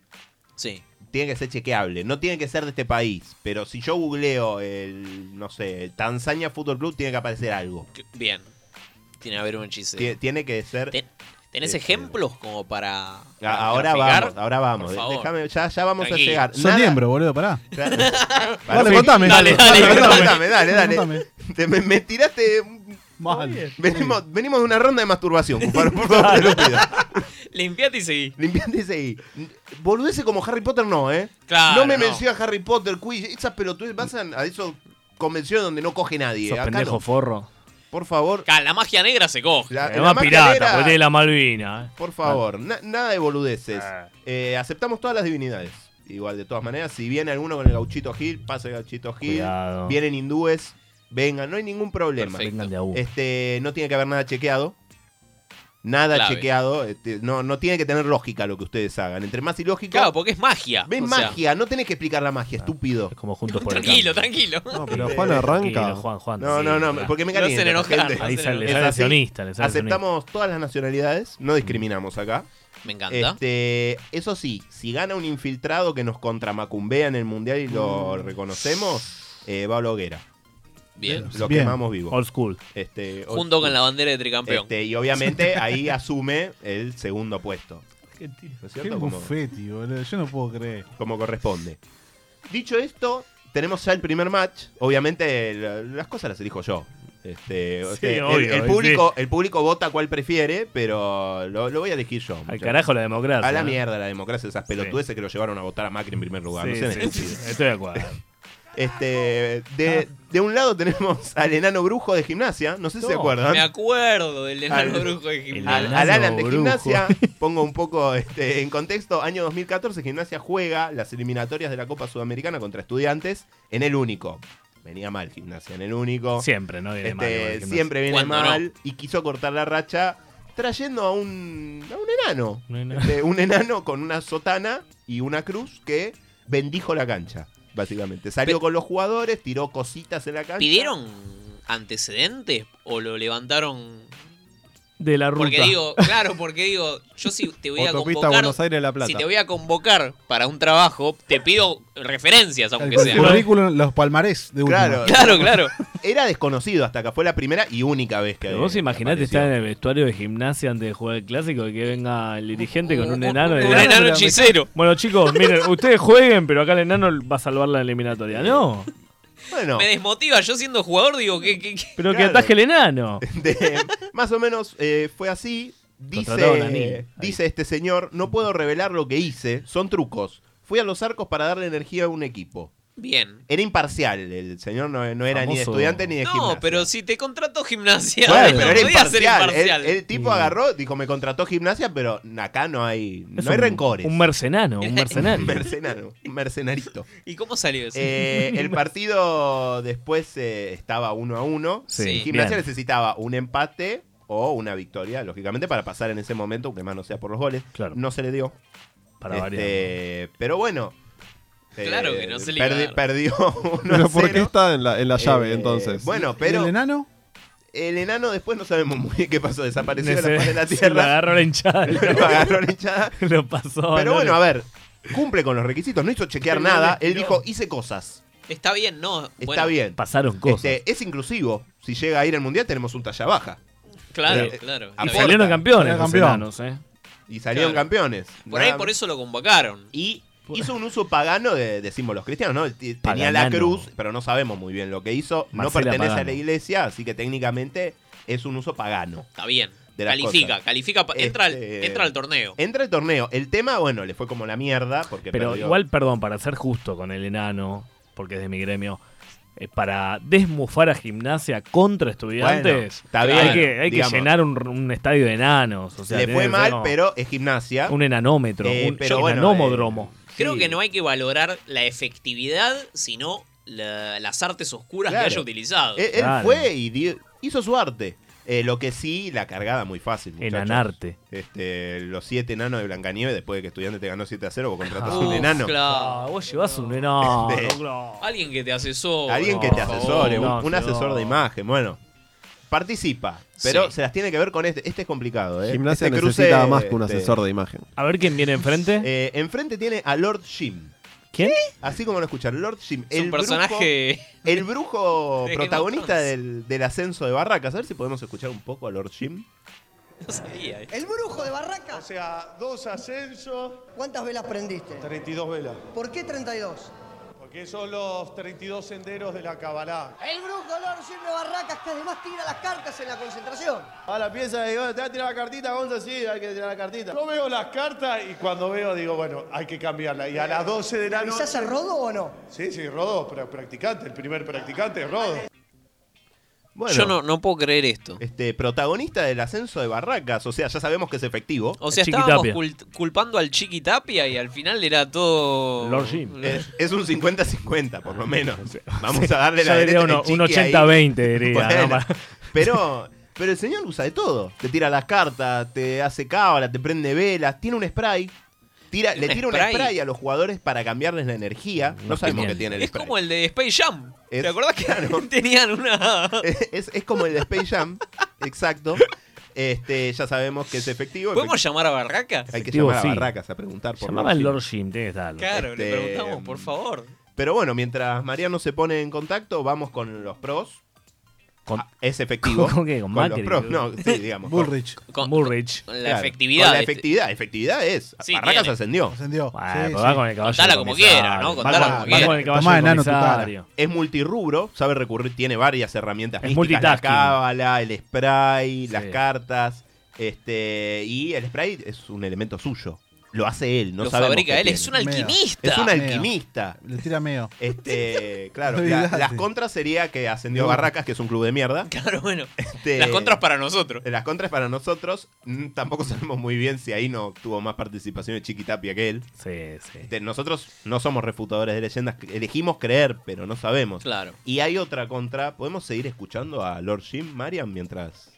Sí. Tiene que ser chequeable. No tiene que ser de este país. Pero si yo googleo el, no sé, Tanzania Fútbol Club, tiene que aparecer algo. C- Bien. Tiene que haber un hechicero. Tie- Tiene que ser. Ten- ¿Tenés Este- ejemplos como para. A- ahora graficar? vamos, ahora vamos. Por favor. Déjame, ya, ya vamos Tranquilo. a llegar. Son Nada- miembro, boludo, pará. Claro. Dale, contame. Dale, dale, Dale, contame, contame. dale, dale. Contame. Te- me, me tiraste. un- Mal. Venimos, venimos de una ronda de masturbación, Cufaro, por favor, te lo pido. Limpiate y seguí. Limpiate ese ahí. Boludece como Harry Potter no, ¿eh? Claro, no me no. menciona Harry Potter, Quidditch, esas pelotudes pasan a esos convenciones donde no coge nadie. Sos Acá pendejo no. forro. Por favor. Ca- La magia negra se coge. La, la Además magia Eh, pirata, negra, porque tiene la Malvina. eh. Por favor, na- nada de boludeces. Ah. Eh, aceptamos todas las divinidades. Igual, de todas maneras, si viene alguno con el gauchito Gil, pasa el gauchito Gil. Cuidado. Vienen hindúes, vengan, no hay ningún problema. Vengan de a uno. Este, no tiene que haber nada chequeado. Nada Clave. chequeado. este, no, no tiene que tener lógica lo que ustedes hagan. Entre más ilógica. Claro, porque es magia. Ven o sea, magia, no tenés que explicar la magia, estúpido. Ah. Es como juntos por el Tranquilo, cambio. tranquilo. No, pero Juan arranca. Tranquilo, Juan, Juan. No, sí, no, no, pará. porque me No calienta. se le la enojaron, gente. no Ahí se sale, le Es sale así. sionista, le sale Aceptamos todas las nacionalidades, no discriminamos acá. Me encanta. Este, eso sí, si gana un infiltrado que nos contramacumbea en el mundial y lo Mm. reconocemos, eh, va a la hoguera. Bien. Lo Bien. quemamos vivo. sionista. Old school. Este, Junto con la bandera de tricampeón. Este, y obviamente ahí asume el segundo puesto, ¿no es Qué cierto? Como, bufeti, boludo. Yo no puedo creer. como corresponde. Dicho esto, tenemos ya el primer match. Obviamente el- las cosas las elijo yo. Este, o Sí, sea, el- obvio, el, sí. público, el público vota cuál prefiere, pero lo, lo voy a elegir yo. muchachos. carajo la democracia, A la ¿no? mierda la democracia, esas pelotudeces que lo llevaron a votar a Macri en primer lugar. Sí, no sean sí, estúpidos. sí, estoy de acuerdo. Este, de, de un lado tenemos al enano brujo de gimnasia, no sé si se acuerdan. Me acuerdo del enano Al- brujo de Al, gimnasia. al Alan de Gimnasia, pongo un poco este, en contexto, año 2014, Gimnasia juega las eliminatorias de la Copa Sudamericana contra estudiantes en el único. Venía mal Gimnasia, en el único. Siempre, ¿no? Viene mal Este, igual Gimnasia. siempre viene Cuando no. mal y quiso cortar la racha trayendo a un, a un enano. Este, un enano con una sotana y una cruz que bendijo la cancha, básicamente. Salió con los jugadores, tiró cositas en la cancha. ¿Pidieron antecedentes o lo levantaron? De la ruta. Porque digo, claro, porque digo, yo si te voy a Autopista convocar, Buenos Aires, La Plata. si te voy a convocar para un trabajo, te pido referencias El aunque sea. currículum, los palmarés de última. Claro, Claro, claro. Era desconocido hasta acá, fue la primera y única vez que Pero vos imaginate estar en el vestuario de gimnasia antes de jugar el clásico y que venga el dirigente con un enano. y un diga, enano "Mira, hechicero". me- Bueno, chicos, miren, ustedes jueguen, pero acá el enano va a salvar la eliminatoria. No, Bueno, Me desmotiva, yo siendo jugador digo que... que- que- pero que Claro. ataje el enano. de- más o menos eh, fue así. Contrataron a Nini. Dice, dice este señor, no puedo revelar lo que hice, son trucos. Fui a los arcos para darle energía a un equipo. Bien. Era imparcial, el señor no, no era ni de Famoso. estudiante ni de No, gimnasia. pero si te contrató gimnasia, Bueno, no pero era podía ser imparcial. imparcial. El, el Mm. tipo agarró, dijo, me contrató gimnasia, pero acá no hay, no Es hay un- rencores. Un mercenano, un mercenario. mercenario, un mercenarito. ¿Y cómo salió eso? Eh, el partido después eh, estaba uno a uno. Sí, Gimnasia bien. necesitaba un empate o una victoria, lógicamente, para pasar en ese momento, que más no sea por los goles. No se le dio. Este, Para Pero bueno. eh, Claro que no se le iba a dar. Perdió uno a Pero ¿por qué cero. está en la, en la llave Eh, entonces? Bueno, pero. ¿El enano? El enano después no sabemos muy bien qué pasó, desapareció de Ese- la faz de la se tierra. lo agarró la hinchada. Lo agarró la hinchada. Lo Pero pasó. Oh, ¿no? bueno, a ver, cumple con los requisitos, no hizo chequear No, nada, no. él dijo, hice cosas. Está bien, no. Está bueno, bien. Pasaron cosas. Este, es inclusivo. Si llega a ir al mundial, tenemos un talla baja. Claro, Eh, claro. aporta. Y salieron campeones los Campeón. enanos, eh. Y salieron Claro. campeones. Por ahí Nada- por eso lo convocaron. Y Hizo un uso pagano de, de símbolos cristianos, ¿no? T- Tenía la Paganano. cruz, pero no sabemos muy bien lo que hizo. no Marcela pertenece a la Pagano. iglesia, así que técnicamente es un uso pagano. está bien. de las Califica, cosas. califica. pa- Entra, al- Este, entra al torneo. Entra el torneo. El tema, bueno, le fue como la mierda. Porque Pero perdió. igual, perdón, para ser justo con el enano, porque es de mi gremio, eh, para desmufar a gimnasia contra estudiantes, está hay, bien, que, hay que digamos. llenar un, un estadio de enanos. O sea, le tiene fue que ser mal, como pero es gimnasia. Un enanómetro, Eh, un, pero un bueno, eh, enanómodromo. eh, Creo que no hay que valorar la efectividad, sino la- las artes oscuras Claro. Eh, que haya utilizado. Él, él fue y di- hizo su arte. Eh, lo que sí, la cargada muy fácil. muchachos. Enanarte. Este, los siete enanos de Blancanieves, después de que Estudiante te ganó 7 a 0, vos contratas Uf, un enano. claro. Ah, vos llevás un enano. Este, Alguien que te asesore. Alguien que por te favor. asesore, un- no, un, no. asesor de imagen. Bueno, participa, pero se las tiene que ver con este. Este es complicado, ¿eh? Gimnasia Este cruce, necesita más que un este, asesor de imagen. A ver quién viene enfrente. eh, enfrente tiene a Lord Jim. ¿Quién? Así como lo escuchan, Lord Jim. Es un personaje- Brujo, el brujo De Game of protagonista Thrones. del, del ascenso de Barracas. A ver si podemos escuchar un poco a Lord Jim. No sabía. eh. El brujo de Barraca. O sea, dos ascensos. ¿Cuántas velas prendiste? 32 velas. ¿Por qué 32? Porque son los 32 senderos de la Cabalá. El brujo Lord Jim de Barracas, que además tira las cartas en la concentración. A la pieza digo, te va a tirar la cartita, Gonza, sí, hay que tirar la cartita. Yo veo las cartas y cuando veo digo, bueno, hay que cambiarla. Y a las 12 de la noche... ¿Avisás a Rodo o no? Sí, sí, Rodo, pra- practicante, el primer practicante es Rodo. Bueno, Yo no, no puedo creer esto. Este, protagonista del ascenso de Barracas. O sea, ya sabemos que es efectivo. O sea, estábamos cult- culpando al Chiqui Tapia y al final era todo. Lord Jim. Es, es un 50-50, por lo menos. Vamos a darle Ya la diría derecha. uno- al chiqui un ahí. 80-20 diría, Bueno, ¿no? Para- pero, pero el señor usa de todo. Te tira las cartas, te hace cábala, te prende velas, tiene un spray. Tira, le Un tira spray. Mm, un spray a los jugadores para cambiarles la energía. No sabemos qué tiene el Es spray. como el de Space Jam. Es- ¿Te acordás que claro. tenían una. Es, es como el de Space Jam, exacto. Este, ya sabemos que es efectivo. ¿Podemos llamar a Barracas? Hay que Efectivo, llamar a sí. Barracas a preguntar por Llamaba al Lord Lord Jim, tiene que estarlo. Claro, le Este, preguntamos, por favor. Pero bueno, mientras Mariano se pone en contacto, vamos con los pros. Ah, es efectivo. ¿Con qué? ¿Con Macri? los pros, no, sí, digamos. con- Bullrich. Con, Bullrich. con la Claro, efectividad. Con la este. efectividad, efectividad es. Sí, Barracas tiene. ascendió. Ascendió. Bueno, pues Sí, pero va sí. con el caballo. Contala de como comisario. quiera, ¿no? Va Contala con- como va quiera. con el caballo Tomá de enano tu cara. comisario. Es multirrubro, sabe recurrir, tiene varias herramientas. Es místicas, la multitasking. cábala, el spray, las Sí. cartas. Este, y el spray es un elemento suyo. Lo hace él, no Lo sabemos fabrica qué él, tiene. es un alquimista. Es un Meo. alquimista. Le tira meo. Este, claro, Olvidate. la- las contras sería que ascendió No. Barracas, que es un club de mierda. Claro, bueno. Este, Las contras para nosotros. Las contras para nosotros. mm, Tampoco sabemos muy bien si ahí no tuvo más participación de Chiquitapia que él. Sí, sí. Este, nosotros no somos refutadores de leyendas, elegimos creer, pero no sabemos. Claro. Y hay otra contra. ¿Podemos seguir escuchando a Lord Jim Marian mientras.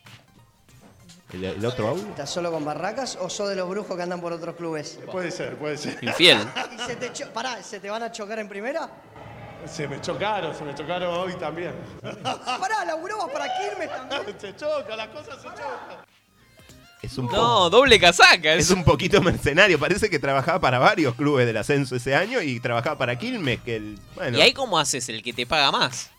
El, el otro audio? ¿Estás solo con barracas o sos de los brujos que andan por otros clubes? Puede ser, puede ser. Infiel. ¿Y se te, cho- pará, ¿se te van a chocar en primera? Se me chocaron, se me chocaron hoy también. Pará, laburó vos para Quilmes también. Se choca, las cosas se chocan. Es un No, doble casaca. Es un poquito mercenario. Parece que trabajaba para varios clubes del ascenso ese año y trabajaba para Quilmes, que el. Bueno, Y ahí cómo haces el que te paga más.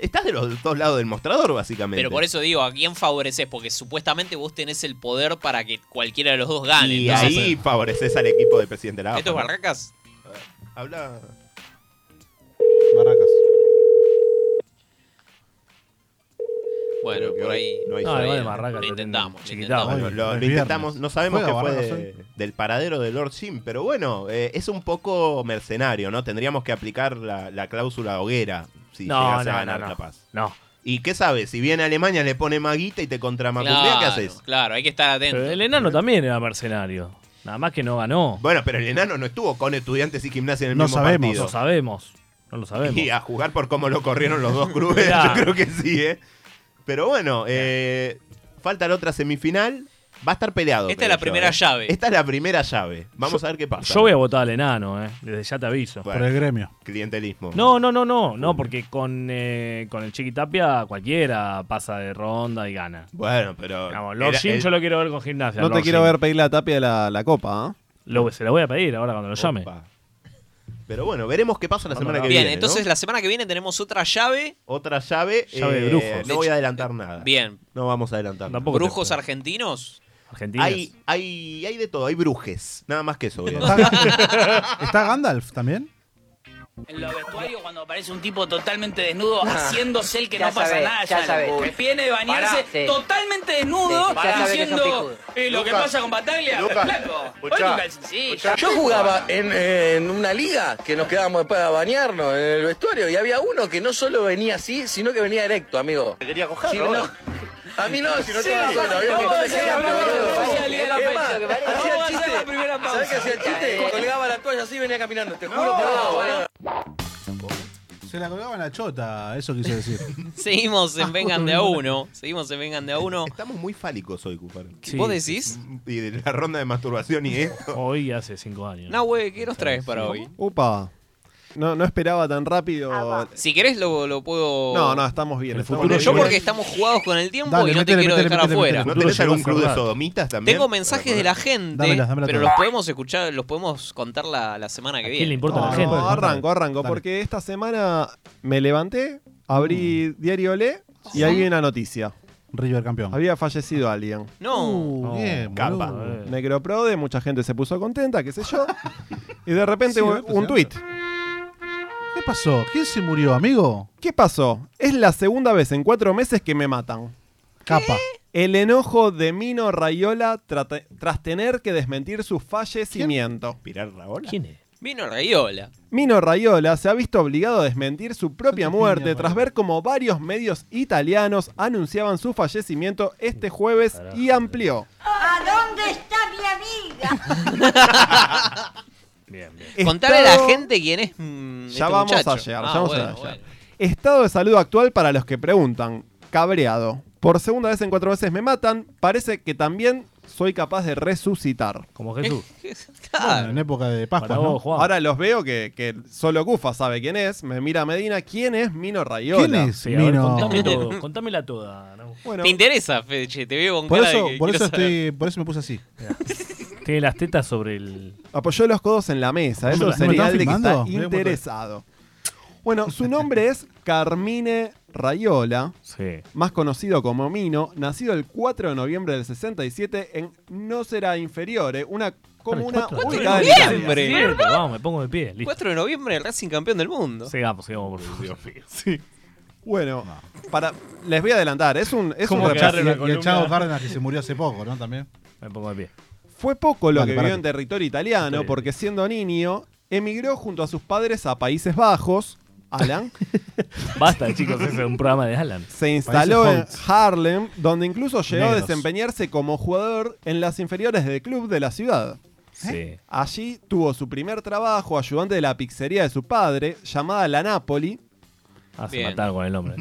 estás de los dos lados del mostrador, básicamente. Pero por eso digo, ¿a quién favoreces? Porque supuestamente vos tenés el poder para que cualquiera de los dos gane. Y Entonces, ahí favoreces al equipo del presidente Lava. ¿Esto es Barracas? Habla. Barracas. Bueno, por ahí. no hay No, igual de Lo Barracas. intentamos. lo Chiquitá, intentamos. Bueno, lo, es lo viernes. intentamos, no sabemos qué Juega fue Barracas de- del paradero de Lord Jim, pero bueno, eh, es un poco mercenario, ¿no? Tendríamos que aplicar la, la cláusula hoguera si No, llegase a no, no, ganar no. la paz. No. ¿Y qué sabes? Si viene a Alemania, le pone maguita y te contramacundea, Claro, ¿qué haces? Claro, hay que estar atento. Pero el enano también era mercenario. Nada más que no ganó. Bueno, pero el enano no estuvo con estudiantes y gimnasia en el No mismo sabemos, partido. No sabemos. No lo sabemos. Y a jugar por cómo lo corrieron los dos clubes, yo Claro. creo que sí, ¿eh? Pero bueno, eh, falta la otra semifinal. Va a estar peleado. Esta creo es la yo, primera ¿eh? llave. Esta es la primera llave. Vamos Yo- a ver qué pasa. Yo voy a votar al enano, eh. Desde ya te aviso. Por el Bueno, gremio. clientelismo. No, no, no, no, no, porque con, eh, con el Chiquitapia cualquiera pasa de ronda y gana. Bueno, pero. Digamos, Lord era- Jim el- yo lo quiero ver con gimnasia. No te Lord quiero Jim. ver pedir la tapia de la, la copa, ¿ah? Lo, se la voy a pedir ahora cuando lo llame. Opa. Pero bueno, veremos qué pasa la semana que Bien, viene. ¿no? entonces la semana que viene tenemos otra llave. Otra llave. Llave de eh, brujos. No voy a adelantar nada. Bien. No vamos a adelantar. nada. Tampoco te- Brujos argentinos. argentinos. Hay, hay, hay de todo, hay brujes. Nada más que eso. voy a decir. ¿Está, está Gandalf también? En los vestuarios, cuando aparece un tipo totalmente desnudo, haciéndose el que Ah, Ya no pasa sabés, nada, ya ya sabés. lo- viene de bañarse Pará, sí. totalmente desnudo, Sí, ya sabés que son diciendo eh, lo que Lucas, pasa con Bataglia. Lucas, flaco, hoy escuchá, tu calzoncillo. Yo jugaba en, eh, en una liga que nos quedábamos después a bañarnos en el vestuario y había uno que no solo venía así, sino que venía directo, amigo. Quería coger, Sí, ¿no? no. A mí no, si no Sí, te vas solo, había un no, montón de sí, gente, hablaba de boludo. especialidad de la Es más, fecha, que parece- hacía ¿Cómo va a ser chiste, la primera pausa? ¿Sabés qué hacía el chiste? Colgaba la toalla así y venía caminando, te juro por Dios, boludo. Se la colgaba en la chota, eso quiso decir. Seguimos en Vengan de a uno. Seguimos en Vengan de a uno. Estamos muy fálicos hoy, Cufaro. Sí. ¿Vos decís? Y de la ronda de masturbación y esto. Hoy hace cinco años. Nahue, ¿qué nos traes para hoy? Upa. No, no esperaba tan rápido. Si querés lo, lo puedo... No, no, estamos bien. El estamos futuro bien. Yo porque estamos jugados con el tiempo Dale, y no métele, te quiero métele, dejar métele, afuera. métele. ¿No Futuro tenés se va algún a club de cerrar. sodomitas también? Tengo mensajes de la gente, Dámelas, dámelas pero todas. los podemos escuchar, los podemos contar la, la semana que ¿A viene. quién le importa No, la gente? no, arranco, arranco, Dale. porque esta semana me levanté, abrí Diario Le y ahí vi una noticia. River campeón. Había fallecido alguien. No. Oh, Uh, bien, Capa. boludo. Necroprode, mucha gente se puso contenta, qué sé yo. Y de repente Sí, un- ¿verdad? un tuit. ¿Qué pasó? ¿Quién se murió, amigo? ¿Qué pasó? Es la segunda vez en cuatro meses que me matan. Capa. El enojo de Mino Rayola trate- tras tener que desmentir su fallecimiento. ¿Pirar la bola? ¿Quién es? Vino Rayola. Mino Raiola se ha visto obligado a desmentir su propia Santa muerte piña, tras ver cómo varios medios italianos anunciaban su fallecimiento este jueves y amplió. ¿A dónde está mi amiga? Bien, bien. Contale a la Estado- gente quién es. mm, este Ya vamos a muchacho. llegar, Ah, ya vamos a bueno, llegar. bueno. Estado de salud actual para los que preguntan. Cabreado. Por segunda vez en cuatro veces me matan. Parece que también soy capaz de resucitar. Como Jesús. Bueno, Claro. en época de Para Pascua, vos, ¿no? Juan. Ahora los veo que, que solo Cufa sabe quién es. Me mira Medina. ¿Quién es Mino Rayola? ¿Quién es Sí, a ver, Mino? contame todo, contámela toda. ¿no? Bueno, Te interesa, Feche, te veo con Por cara eso, de que por quiero eso saber. estoy, por eso me puse así. Tiene las tetas sobre el. apoyó los codos en la mesa. ¿No Eso me- no me sería están de que está filmando? interesado. Bueno, su nombre es Carmine Rayola, Sí. más conocido como Mino, nacido el 4 de noviembre del 67 en No Será Inferiore, una comuna ¿Cuatro de ubicada en noviembre? Italia. ¿Mierda? Vamos, me pongo de pie. Listo. 4 de noviembre, Racing campeón del mundo. Sigamos, sigamos, por favor. Dios mío. Bueno, para, les voy a adelantar, es un, es un Y el Cha- representante- y, el Chavo Cárdenas que se murió hace poco, ¿no? También. Me pongo de pie. Fue poco lo Vale, que parate. vivió en territorio Ah, italiano, Está bien. porque siendo niño, emigró junto a sus padres a Países Bajos. Alan Basta, chicos, ese es un programa de Alan. ¿Eh? se instaló en Países Harlem, donde incluso llegó a Negros. desempeñarse como jugador en las inferiores del club de la ciudad. Sí. Allí tuvo su primer trabajo ayudante de la pizzería de su padre, llamada La Napoli. Ah, se mataron con el nombre.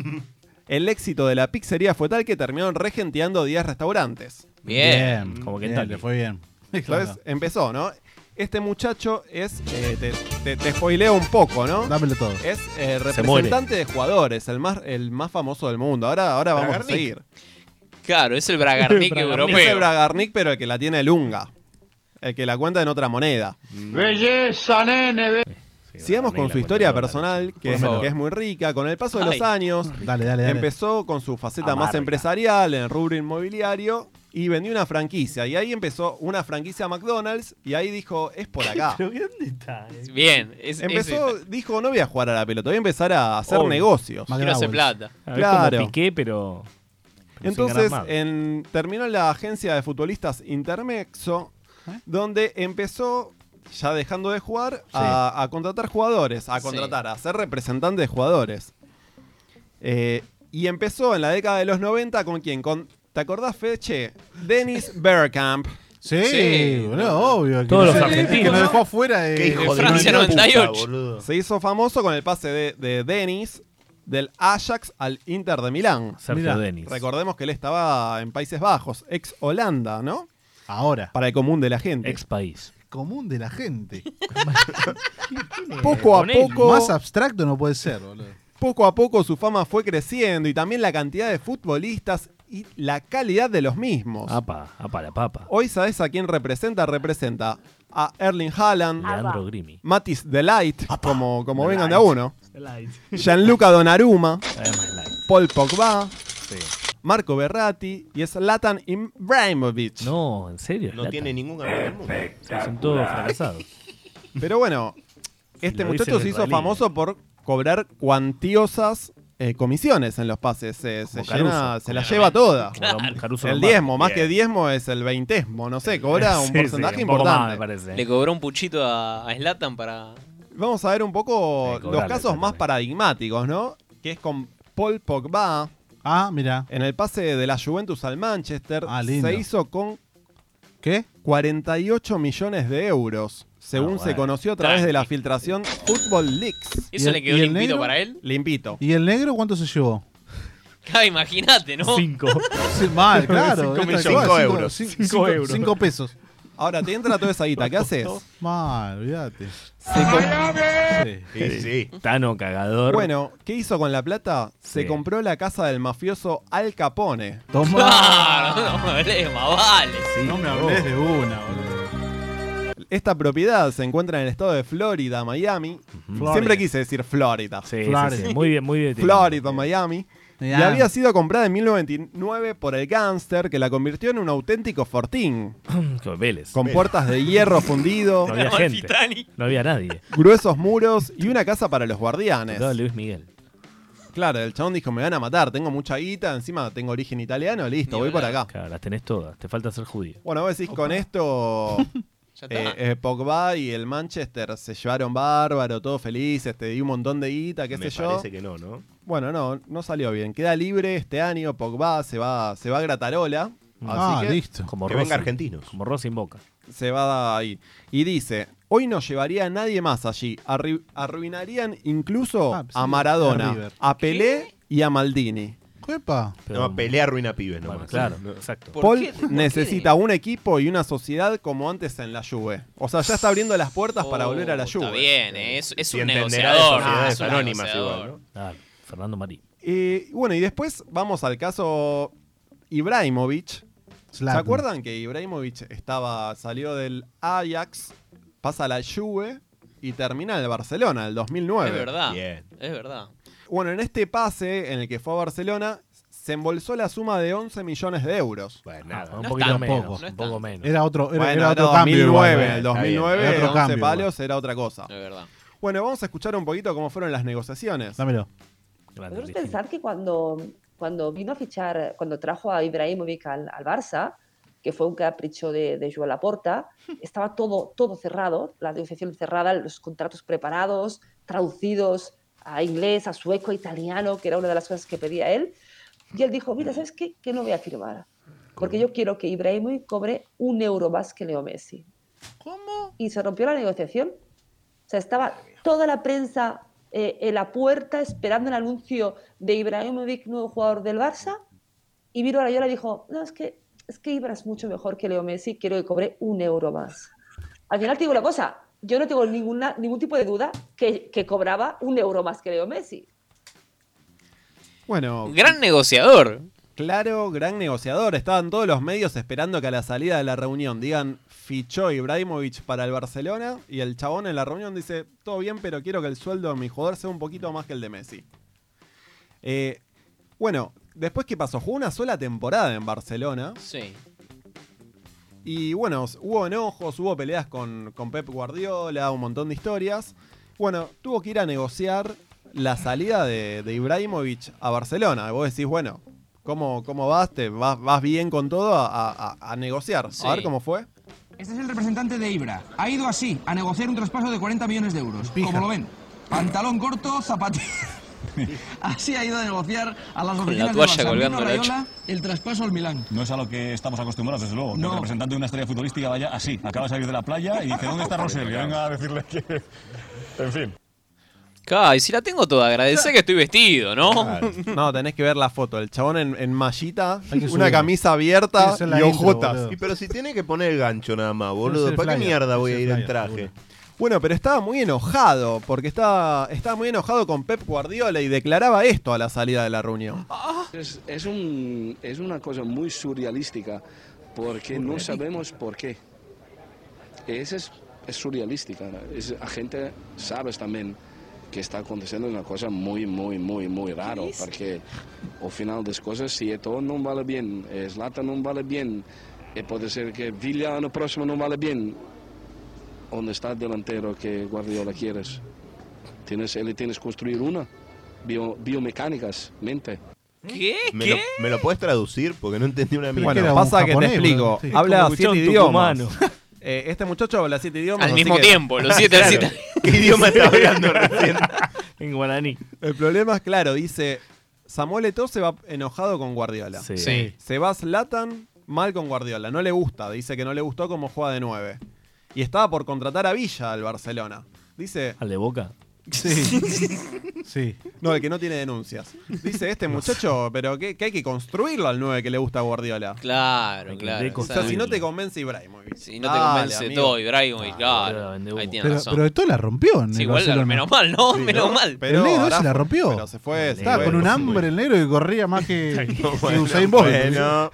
El éxito de la pizzería fue tal que terminaron regenteando 10 restaurantes. Bien. Como que Bien, tal. le fue bien. Entonces empezó, ¿no? Este muchacho es. eh, te, te- te spoileo un poco, ¿no? Dámelo todo. Es eh, Se muere. representante de jugadores, el más, el más famoso del mundo. Ahora, ahora vamos a Bragarnik. seguir. Claro, es el Bragarnik Es el europeo. Bragarnik, pero el que la tiene el Unga. El que la cuenta en otra moneda. Belleza, nene. be- Sigamos con su historia personal, que Por es, favor. que es muy rica. Con el paso de Ay. los años, Dale, dale, dale. empezó con su faceta más Amarga. empresarial en el rubro inmobiliario y vendió una franquicia. Y ahí empezó una franquicia a McDonald's y ahí dijo, es por acá. ¿Pero dónde está? eh? Bien. es- empezó, es- dijo, no voy a jugar a la pelota, voy a empezar a hacer Obvio. negocios. Quiero hacer plata. Claro. Claro. como piqué, pero. pero sin ganar Entonces nada. en- terminó en la agencia de futbolistas Intermexo, donde empezó, ya dejando de jugar, a, a contratar jugadores, a Sí. contratar, a ser representante de jugadores. Eh, y empezó en la década de los 90 con quién? Con, ¿Te acordás, Feche? Dennis Bergkamp. Sí, boludo, obvio. que Todos no los sé, argentinos, Que nos ¿no? dejó afuera de, Eh, de Francia 98. Se hizo famoso con el pase de, de Denis del Ajax al Inter de Milán. Sergio Mirá. Denis. Recordemos que él estaba en Países Bajos, ex Holanda, ¿no? Ahora. Para el común de la gente. Ex país. Común de la gente. Poco a poco, Más abstracto no puede ser, boludo. poco a poco su fama fue creciendo y también la cantidad de futbolistas y la calidad de los mismos. Apa, apa la papa. Hoy sabes a quién representa, representa a Erling Haaland, Leandro Grimi. Matis Delight, como, como vengan de a Delight. uno. Gianluca Donnarumma, Paul Pogba, Marco Berratti y Zlatan Ibrahimovic. No, en serio. No tiene Ah. ningún campeón del mundo. Son todos fracasados. Pero bueno, este Lo muchacho dice se hizo Israelí. famoso por cobrar cuantiosas eh, comisiones en los pases. Se, se Como Caruso, llena- se la claramente. lleva toda. Como Caruso El Lombardi. diezmo, más Bien. que diezmo, es el veintesmo, no sé, cobra un Sí, sí, porcentaje un poco más, importante. me parece. Le cobró un puchito a, a Zlatan para. Vamos a ver un poco Sí, cobrarle, los casos más paradigmáticos, ¿no? Que es con Paul Pogba. Ah, mira. En el pase de la Juventus al Manchester Ah, lindo. se hizo con ¿Qué? 48 millones de euros, según Ah, se bueno. conoció a través de la filtración Football Leaks. ¿Eso le quedó limpito para él? Limpito. ¿Y el negro cuánto se llevó? Ah, imagínate, ¿no? Cinco. Sí, mal, claro. Cinco Esta- millones. igual, Cinco cinco- euros. cin- Cinco cinco- euros. Cinco pesos. Ahora te entra toda esa guita, ¿qué haces? Mal, olvídate. Sí, Tano cagador. Bueno, ¿qué hizo con la plata? Se Sí. compró la casa del mafioso Al Capone. Claro, Ah, no me hables, más vale. no me hables de una, boludo. Esta propiedad se encuentra en el estado de Florida, Miami. Florida. Siempre quise decir Florida. Sí, sí, sí, Muy bien, muy bien. Florida, Miami. Miami. Y Ah. había sido comprada en 1999 por el gángster que la convirtió en un auténtico fortín. Con Vélez. Con puertas de hierro fundido, No había gente. No había nadie. gruesos muros y una casa para los guardianes. Todo Luis Miguel. Claro, el chabón dijo, me van a matar, tengo mucha guita, encima tengo origen italiano, listo, voy por acá. Claro, las tenés todas. Te falta ser judío. Bueno, vos decís, con esto eh, eh, Pogba y el Manchester se llevaron bárbaro, todos felices, te di un montón de guita, qué Me sé yo. parece que no, ¿no? Bueno, no, no salió bien. Queda libre este año, Pogba se va, se va a Gratarola. Ah, así que listo. Como Que venga Rossi. argentinos. Como Rossi en Boca. se va ahí. Y dice, hoy no llevaría a nadie más allí. Arri- arruinarían incluso Ah, sí, a a Maradona, River. a, Pelé y a Maldini. Cuepa. no, pelea ruina pibes nomás. Bueno, claro, No. exacto. Paul necesita un equipo y una sociedad como antes en la Juve. O sea, ya está abriendo las puertas para volver a la Oh, Está Juve. bien, eh, es, es Si un entenderá de negociador. sociedades Ah, es un anónimas negociador. igual, Claro, Fernando Marí. Eh, bueno, y después vamos al caso Ibrahimovic. ¿Se Zlatan. acuerdan que Ibrahimovic estaba, salió del Ajax, pasa a la Juve y termina en el Barcelona, el 2009? Es verdad. Bien. Es verdad. Bueno, en este pase en el que fue a Barcelona, se embolsó la suma de 11 millones de euros. Ah, Bueno, Ah, un No es poquito tanto, menos, no es un poco tanto. menos. Era otro- era- Bueno, era otro cambio 2009, igual, eh, el está bien, 2009, era otro 11 cambio palos igual. era otra cosa. De verdad. Bueno, vamos a escuchar un poquito cómo fueron las negociaciones. Dámelo. Podemos pensar que cuando, cuando vino a fichar, cuando trajo a Ibrahimovic al, al Barça, que fue un capricho de, de Joan Laporta, estaba todo, todo cerrado, la negociación cerrada, los contratos preparados, traducidos a inglés, a sueco, a italiano, que era una de las cosas que pedía él. Y él dijo, mira, ¿sabes qué? Que no voy a firmar. Porque yo quiero que Ibrahimovic cobre un euro más que Leo Messi. ¿Cómo? Y se rompió la negociación. O sea, estaba toda la prensa eh, en la puerta esperando el anuncio de Ibrahimovic, nuevo jugador del Barça. Y Viro Rayola dijo, no, es que, es que Ibra es mucho mejor que Leo Messi, quiero que cobre un euro más. Al final te digo una cosa, yo no tengo ninguna, ningún tipo de duda que, que cobraba un euro más que Leo Messi. Bueno. Gran negociador. Claro, gran negociador. Estaban todos los medios esperando que a la salida de la reunión digan fichó Ibrahimovic para el Barcelona y el chabón en la reunión dice todo bien, pero quiero que el sueldo de mi jugador sea un poquito más que el de Messi. Eh, bueno, después que pasó, jugó una sola temporada en Barcelona. Sí. Y bueno, hubo enojos, hubo peleas con, con Pep Guardiola, un montón de historias. Bueno, tuvo que ir a negociar la salida de, de Ibrahimovic a Barcelona. Y Vos decís, bueno, ¿cómo, cómo vas? Te vas, vas bien con todo a, a- a- a negociar? Sí. A ver cómo fue. Este es el representante de Ibra. Ha ido así, a negociar un traspaso de 40 millones de euros. Como lo ven. Pantalón corto, zapatilla. Así ha ido a negociar a las Con la oficinas toalla de Barça. colgando Vino en el Raiola, el traspaso al Milán. No es a lo que estamos acostumbrados, desde luego. Que No. el representante de una estrella futbolística vaya así. Acaba de salir de la playa y dice, ¿dónde está Rosel? Que venga a decirle que... En fin. Ca, y si la tengo toda, agradecé que estoy vestido, ¿no? Ah. No, tenés que ver la foto. El chabón en, en mallita, que una subirlo. camisa abierta y ojotas. Y pero si tiene que poner el gancho nada más, boludo. el ¿Para qué flyer, mierda voy es a el ir en flyer, traje? Bueno, pero estaba muy enojado, porque estaba, estaba muy enojado con Pep Guardiola y declaraba esto a la salida de la reunión. Es, es un, es una cosa muy surrealística porque no sabemos por qué. Ese es, es surrealística. ¿no? Es, la gente sabes también que está aconteciendo una cosa muy, muy, muy, muy raro porque al final de las cosas, si todo no vale bien, Slata no vale bien, eh, puede ser que Villa en el próximo no vale bien, ¿dónde está el delantero que Guardiola quieres? Tienes, él tienes que construir una, Bio- biomecánicas, mente. ¿Qué? ¿Me lo, me lo puedes traducir? Porque no entendí una mierda. Bueno, pasa que te explico. Habla siete idiomas. Eh, este muchacho habla siete idiomas. Al así mismo que- tiempo, los siete Claro. citas. ¿Qué idioma está hablando recién? en guaraní. El problema es claro, dice Samuel Eto'o se va enojado con Guardiola. Sí. Sí. Se va Zlatan mal con Guardiola, no le gusta, dice que no le gustó cómo juega de nueve. Y estaba por contratar a Villa al Barcelona. Dice ¿Al de Boca? Sí. Sí. No, el que no tiene denuncias. Dice este muchacho, pero que, que hay que construirlo al 9 que le gusta a Guardiola. Claro, claro. O sea, si no te convence Ibrahimovic. Si no te Dale, convence amigo. Ah, todo, Ibrahimovic, claro. Ahí tiene Pero, razón. pero esto la rompió en Sí, el igual, Barcelona. menos mal, ¿no? menos mal. el negro ese la rompió. pero se fue, se Estaba fue, con un se hambre el negro que corría más que, que Bueno, Usain Bolt. Bueno.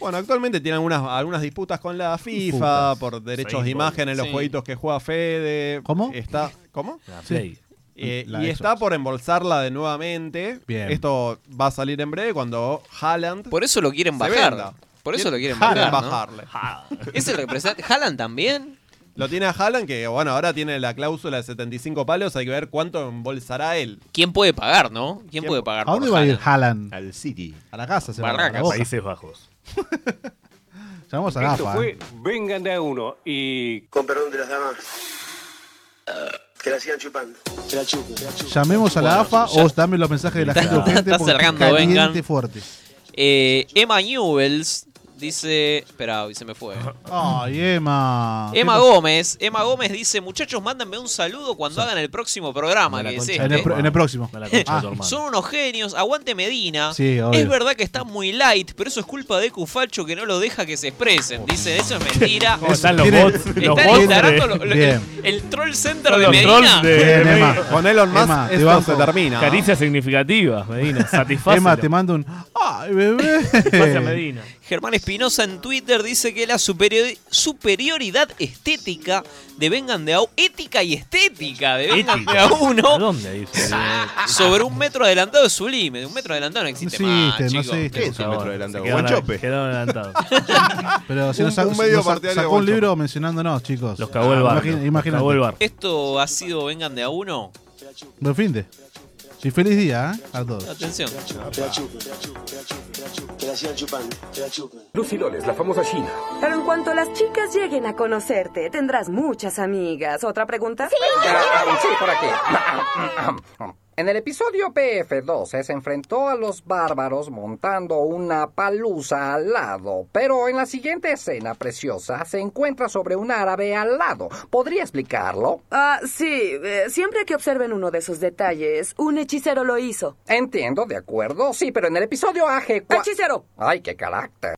Bueno, actualmente tiene algunas, algunas disputas con la FIFA Disputas. por derechos Usain de imagen en los Bolt. jueguitos que juega Fede. ¿Cómo? Está, ¿Cómo? La Play. Eh, La y Xbox. está por embolsarla de nuevamente. Bien. Esto va a salir en breve cuando Haaland. Por eso lo quieren bajar. Por eso lo quieren bajar, ¿no? bajarle. Es el representante. ¿Haaland también? Lo tiene a Haaland, que bueno, ahora tiene la cláusula de 75 palos. Hay que ver cuánto embolsará él. ¿Quién puede pagar, no? ¿Quién, puede pagar? ¿A dónde por va a ir Haaland? Haaland? Al City. A la casa, se va, a la Barracas. Boca. Países Bajos. Llamamos a ¿eh? Esto Gafa. fue Vengan de a uno y... Con perdón de las damas. Que la sigan chupando. Que la chupen, que la chupen. Llamemos a la AFA o dame los mensajes de la gente Está- urgente está porque cerrando, caliente vengan. fuerte. Eh, Emma Newells dice. Espera, hoy se me fue. Ay, Emma. Emma ¿Qué Gómez, Emma Gómez dice, muchachos, mándenme un saludo cuando hagan el próximo programa, la que es concha este. de tu En el pro- en el hermano. próximo. A la concha de tu Ah. hermano. Son unos genios, aguante Medina. Sí, obvio. es verdad que está muy light, pero eso es culpa de Cufacho que no lo deja que se expresen. Dice, eso es mentira. ¿Cómo están los Tiene- bots? Está los en bots Instagram de- todo lo- lo- el, Bien. el troll center Son de los Medina. trolls de- Bien, Emma. Con Elon Musk Emma, te esto banco. se termina. Caricias significativas, Medina. Satisface. Emma, te mando un. ¡Ay, bebé! Pase a Medina. Germán Espinosa en Twitter dice que la superiori- superioridad estética de Vengan de a ética y estética de Vengan de a uno ¿Dónde dice? sobre un metro adelantado es sublime. Un metro adelantado no existe, No existe, más, no chicos. existe. ¿Qué es un metro adelantado? Quedaron, Buen chope. quedaron adelantados. Pero si Un- nos sacó un nos medio sa- partidario sacó de un Bolsón. libro mencionándonos, chicos. Los cagó el bar. Los Ah, Imagínate. cagó el bar. Esto ha sido Vengan de a uno. Buen fin de. Y feliz día ¿eh? a todos. Atención. Lucy Loles, la famosa China. Pero en cuanto las chicas lleguen a conocerte, tendrás muchas amigas. ¿Otra pregunta? Sí, por aquí. En el episodio PF12 se enfrentó a los bárbaros montando una palusa al lado, pero en la siguiente escena preciosa se encuentra sobre un árabe al lado. ¿Podría explicarlo? Ah, sí. eh, siempre que observen uno de esos detalles, un hechicero lo hizo. Entiendo, de acuerdo, sí, pero en el episodio AG4... ¡Hechicero! ¡Ay, qué carácter!